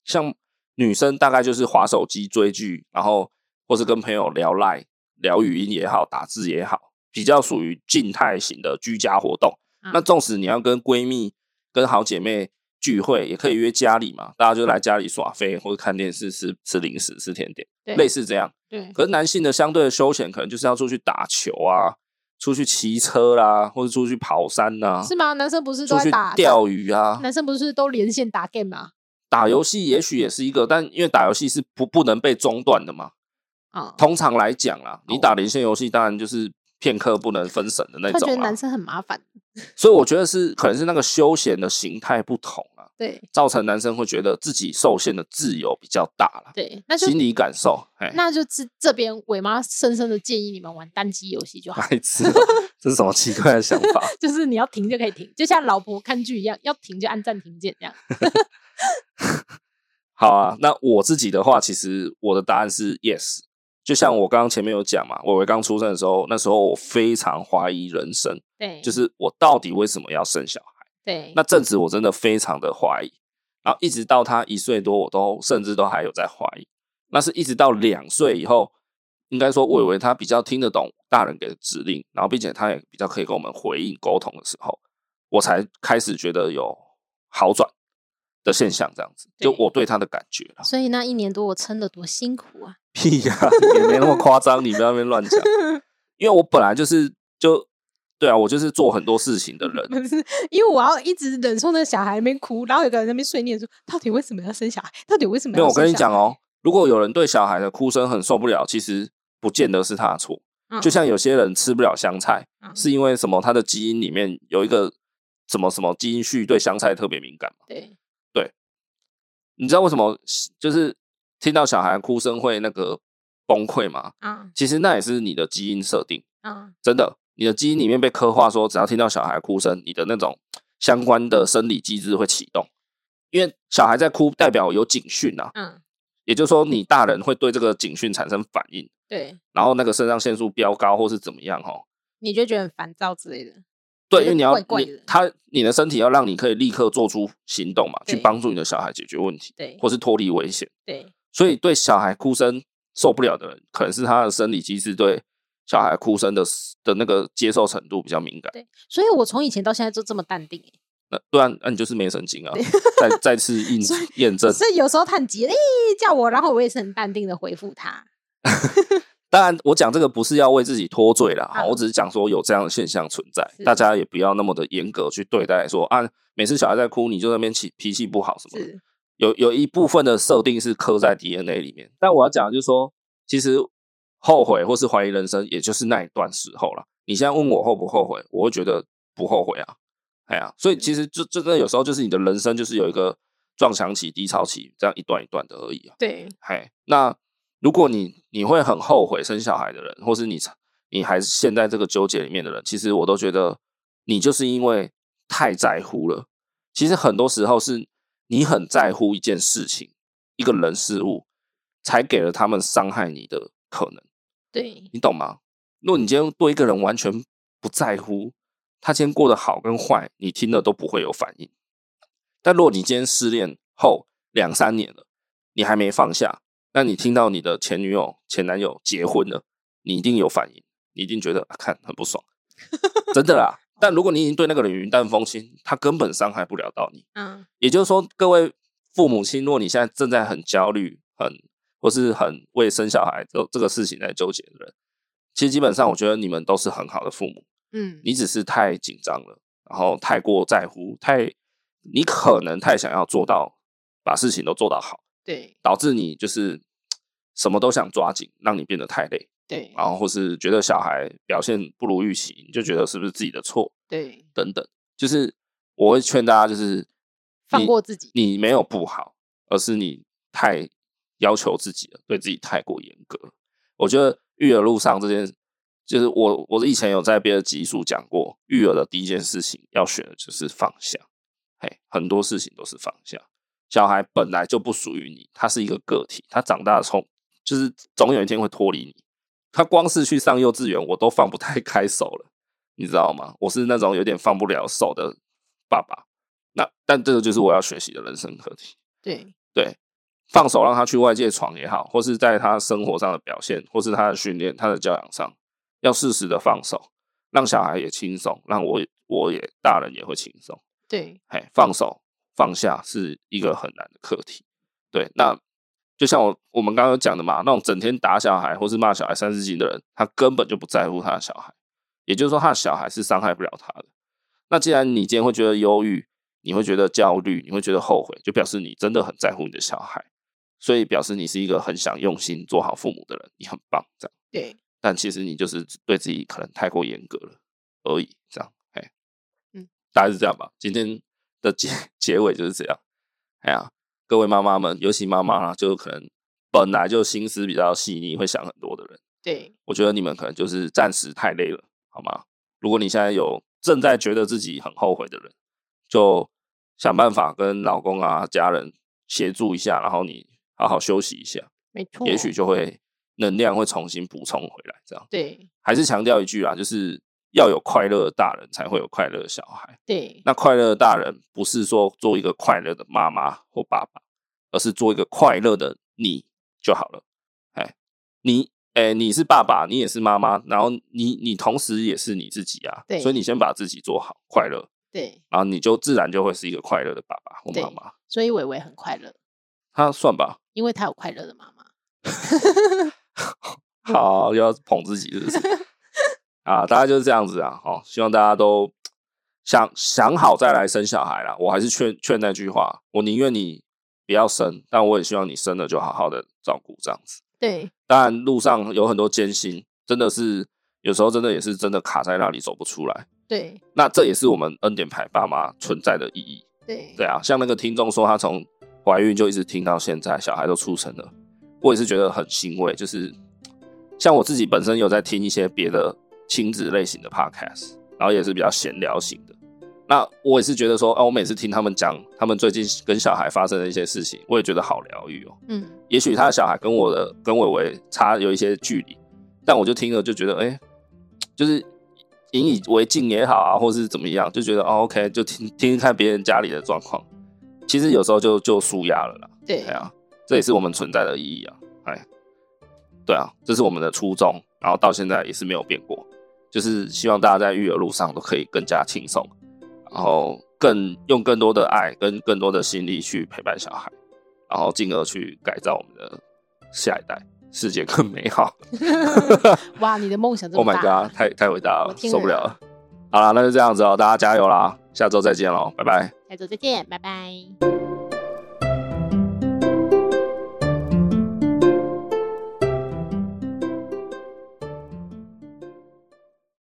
[SPEAKER 1] 像女生大概就是划手机追剧，然后或是跟朋友聊赖聊语音也好，打字也好，比较属于静态型的居家活动。
[SPEAKER 2] 啊
[SPEAKER 1] 那纵使你要跟闺蜜、跟好姐妹聚会，也可以约家里嘛，大家就来家里耍飞或者看电视、吃吃零食、吃甜点，
[SPEAKER 2] 对
[SPEAKER 1] 类似这样。
[SPEAKER 2] 对，
[SPEAKER 1] 可是男性的相对的休闲，可能就是要出去打球啊，出去骑车啦、或者出去跑山呐、
[SPEAKER 2] 是吗？男生不是都
[SPEAKER 1] 出
[SPEAKER 2] 在
[SPEAKER 1] 去
[SPEAKER 2] 打
[SPEAKER 1] 钓鱼啊，
[SPEAKER 2] 男生不是都连线打 game 吗？
[SPEAKER 1] 打游戏也许也是一个，但因为打游戏是不不能被中断的嘛。
[SPEAKER 2] 啊、
[SPEAKER 1] 通常来讲啦，你
[SPEAKER 2] 哦
[SPEAKER 1] 打连线游戏当然就是片刻不能分神的那
[SPEAKER 2] 他觉
[SPEAKER 1] 种啊
[SPEAKER 2] 得
[SPEAKER 1] 啦
[SPEAKER 2] 男。生很麻烦，
[SPEAKER 1] 所以我觉得是可能是那个休闲的形态不同啊，
[SPEAKER 2] 对
[SPEAKER 1] 造成男生会觉得自己受限的自由比较大啦，
[SPEAKER 2] 对，那就
[SPEAKER 1] 啊心理感受。哎，
[SPEAKER 2] 那就这这边伟妈深深的建议你们玩单机游 戏就好，
[SPEAKER 1] 白痴哦，这是什么奇怪的想法？
[SPEAKER 2] 就是你要停就可以停，就像老婆看剧一样，要停就按暂停键这样。
[SPEAKER 1] 好啊，那我自己的话，其实我的答案是 yes。就像我刚刚前面有讲嘛，我伟刚出生的时候，那时候我非常怀疑人生，
[SPEAKER 2] 对，
[SPEAKER 1] 就是我到底为什么要生小孩？
[SPEAKER 2] 对，
[SPEAKER 1] 那阵子我真的非常的怀疑，然后一直到他一岁多，我都甚至都还有在怀疑。那是一直到两岁以后，应该说我以为他比较听得懂大人给的指令，然后并且他也比较可以跟我们回应沟通的时候，我才开始觉得有好转的现象，这样子就
[SPEAKER 2] 对
[SPEAKER 1] 我对他的感觉啦。
[SPEAKER 2] 所以那一年多我撑的多辛苦啊！
[SPEAKER 1] 屁呀、 也没那么夸张，你不要在那边乱讲。因为我本来就是就对啊，我就是做很多事情的人，
[SPEAKER 2] 不是，因为我要一直忍受那小孩在那边哭，然后有个人在那边碎念说：“到底为什么要生小孩？到底为什么
[SPEAKER 1] 没
[SPEAKER 2] 要
[SPEAKER 1] 有，我
[SPEAKER 2] 生小孩？”
[SPEAKER 1] 跟你讲哦，如果有人对小孩的哭声很受不了，其实不见得是他的错。
[SPEAKER 2] 嗯，
[SPEAKER 1] 就像有些人吃不了香菜，
[SPEAKER 2] 嗯
[SPEAKER 1] 是因为什么？他的基因里面有一个什么什么基因序对香菜特别敏感嘛？
[SPEAKER 2] 对
[SPEAKER 1] 你知道为什么就是听到小孩哭声会那个崩溃吗？
[SPEAKER 2] 啊
[SPEAKER 1] 其实那也是你的基因设定，
[SPEAKER 2] 啊
[SPEAKER 1] 真的，你的基因里面被刻画说，只要听到小孩哭声，你的那种相关的生理机制会启动，因为小孩在哭代表有警讯啊。
[SPEAKER 2] 嗯，
[SPEAKER 1] 也就是说，你大人会对这个警讯产生反应，
[SPEAKER 2] 对，
[SPEAKER 1] 然后那个肾上腺素飙高或是怎么样哈。
[SPEAKER 2] 你就觉得很烦躁之类的。
[SPEAKER 1] 对，
[SPEAKER 2] 觉
[SPEAKER 1] 因为
[SPEAKER 2] 得
[SPEAKER 1] 你要
[SPEAKER 2] 怪怪
[SPEAKER 1] 你
[SPEAKER 2] 的
[SPEAKER 1] 他你的身体要让你可以立刻做出行动嘛，去
[SPEAKER 2] 对
[SPEAKER 1] 帮助你的小孩解决问题，
[SPEAKER 2] 对
[SPEAKER 1] 或是脱离危险。
[SPEAKER 2] 对
[SPEAKER 1] 所以对小孩哭声受不了的人，可能是他的生理机制对小孩哭声的的那个接受程度比较敏感。
[SPEAKER 2] 对，所以我从以前到现在就这么淡定、欸。
[SPEAKER 1] 那对啊，那你就是没神经啊！再再次印
[SPEAKER 2] 所以
[SPEAKER 1] 验证，
[SPEAKER 2] 所以欸有时候他很急，哎、叫我，然后我也是很淡定的回复他。
[SPEAKER 1] 当然，我讲这个不是要为自己脱罪啦，
[SPEAKER 2] 啊
[SPEAKER 1] 我只是讲说有这样的现象存在，
[SPEAKER 2] 是
[SPEAKER 1] 大家也不要那么的严格去对待说啊，每次小孩在哭，你就在那边起脾气不好什么的。
[SPEAKER 2] 是，
[SPEAKER 1] 有有一部分的设定是刻在 DNA 里面。但我要讲的就是说，其实后悔或是怀疑人生，也就是那一段时候了。你现在问我后不后悔，我会觉得不后悔啊，哎呀、所以其实就真的有时候就是你的人生就是有一个撞墙期、低潮期，这样一段一段的而已啊。
[SPEAKER 2] 对，
[SPEAKER 1] 嘿，那如果你你会很后悔生小孩的人，或是你你还是陷在这个纠结里面的人，其实我都觉得你就是因为太在乎了。其实很多时候是你很在乎一件事情、一个人、事物，才给了他们伤害你的可能，
[SPEAKER 2] 对，
[SPEAKER 1] 你懂吗？如果你今天对一个人完全不在乎，他今天过得好跟坏，你听了都不会有反应。但如果你今天失恋后两三年了，你还没放下，那你听到你的前女友、前男友结婚了，你一定有反应，你一定觉得、啊、看很不爽，真的啦。但如果你已经对那个人云淡风轻，他根本伤害不了到你。
[SPEAKER 2] 嗯，
[SPEAKER 1] 也就是说，各位父母亲，如果你现在正在很焦虑、很或是很为生小孩这这个事情在纠结的人，其实基本上我觉得你们都是很好的父母，
[SPEAKER 2] 嗯，
[SPEAKER 1] 你只是太紧张了，然后太过在乎，太你可能太想要做到把事情都做到好，
[SPEAKER 2] 对
[SPEAKER 1] 导致你就是嘖什么都想抓紧，让你变得太累，
[SPEAKER 2] 对
[SPEAKER 1] 然后或是觉得小孩表现不如预期，你就觉得是不是自己的错
[SPEAKER 2] 对，
[SPEAKER 1] 等等，就是我会劝大家就是
[SPEAKER 2] 放
[SPEAKER 1] 你
[SPEAKER 2] 过自己，
[SPEAKER 1] 你没有不好，而是你太要求自己了，对自己太过严格了。我觉得育儿路上这件，就是我我以前有在别的集数讲过，育儿的第一件事情要选的就是放下。嘿，很多事情都是放下。小孩本来就不属于你，他是一个个体，他长大从就是总有一天会脱离你。他光是去上幼稚园，我都放不太开手了，你知道吗？我是那种有点放不了手的爸爸。那但这个就是我要学习的人生课题。
[SPEAKER 2] 对
[SPEAKER 1] 对，放手让他去外界闯也好，或是在他生活上的表现，或是他的训练、他的教养上，要适时的放手，让小孩也轻松，让我也我也大人也会轻松。
[SPEAKER 2] 对
[SPEAKER 1] 哎，放手放下是一个很难的课题。对，那就像我我们刚刚讲的嘛，那种整天打小孩或是骂小孩三字经的人，他根本就不在乎他的小孩，也就是说，他的小孩是伤害不了他的。那既然你今天会觉得忧郁，你会觉得焦虑，你会觉得后悔，就表示你真的很在乎你的小孩，所以表示你是一个很想用心做好父母的人，你很棒，这样。
[SPEAKER 2] 对，
[SPEAKER 1] 但其实你就是对自己可能太过严格了而已，这样，哎，
[SPEAKER 2] 嗯，
[SPEAKER 1] 大概是这样吧。今天的结 结尾就是这样，哎呀，各位妈妈们，尤其妈妈啦，就可能本来就心思比较细腻，会想很多的人，
[SPEAKER 2] 对
[SPEAKER 1] 我觉得你们可能就是暂时太累了，好吗？如果你现在有正在觉得自己很后悔的人，就想办法跟老公啊、家人协助一下，然后你好好休息一下，
[SPEAKER 2] 没错，
[SPEAKER 1] 也许就会能量会重新补充回来，这样。
[SPEAKER 2] 对
[SPEAKER 1] 还是强调一句啊，就是要有快乐的大人，才会有快乐的小孩。
[SPEAKER 2] 对
[SPEAKER 1] 那快乐的大人不是说做一个快乐的妈妈或爸爸，而是做一个快乐的你就好了。哎，你哎，你是爸爸，你也是妈妈，然后你你同时也是你自己啊。
[SPEAKER 2] 对
[SPEAKER 1] 所以你先把自己做好，快乐，
[SPEAKER 2] 对，
[SPEAKER 1] 然后你就自然就会是一个快乐的爸爸或
[SPEAKER 2] 对
[SPEAKER 1] 妈妈。
[SPEAKER 2] 所以伟伟很快乐，
[SPEAKER 1] 他算吧，
[SPEAKER 2] 因为他有快乐的妈妈。
[SPEAKER 1] 好，又要捧自己是不是？啊，大概就是这样子啊。哦，希望大家都想想好再来生小孩啦。我还是劝劝那句话，我宁愿你不要生，但我也希望你生了就好好的照顾这样子。
[SPEAKER 2] 对
[SPEAKER 1] 当然，路上有很多艰辛，真的是有时候真的也是真的卡在那里走不出来。
[SPEAKER 2] 对
[SPEAKER 1] 那这也是我们恩典牌爸妈存在的意义。
[SPEAKER 2] 对
[SPEAKER 1] 对啊，像那个听众说，她从怀孕就一直听到现在，小孩都出生了，我也是觉得很欣慰。就是像我自己本身有在听一些别的亲子类型的 podcast，然后也是比较闲聊型的。那我也是觉得说，啊，我每次听他们讲他们最近跟小孩发生的一些事情，我也觉得好疗愈哦。
[SPEAKER 2] 嗯，
[SPEAKER 1] 也许他的小孩跟我的跟伟伟差有一些距离，但我就听了就觉得，哎、就是引以为敬也好啊，或是怎么样，就觉得哦，OK，就听听听看别人家里的状况。其实有时候就就舒压了啦，
[SPEAKER 2] 对
[SPEAKER 1] 哎呀、这也是我们存在的意义啊，哎，对啊，这是我们的初衷，然后到现在也是没有变过，就是希望大家在育儿路上都可以更加轻松，然后更用更多的爱跟更多的心力去陪伴小孩，然后进而去改造我们的下一代，世界更美好。
[SPEAKER 2] 哇，你的梦 想这
[SPEAKER 1] Oh
[SPEAKER 2] 么
[SPEAKER 1] my
[SPEAKER 2] 大
[SPEAKER 1] god，太太伟大
[SPEAKER 2] 我
[SPEAKER 1] 了，
[SPEAKER 2] 听
[SPEAKER 1] 受不
[SPEAKER 2] 了
[SPEAKER 1] 了了。好啦，那就这样子哦，大家加油啦，下周再见喽，拜拜。
[SPEAKER 2] 下周再见，拜拜。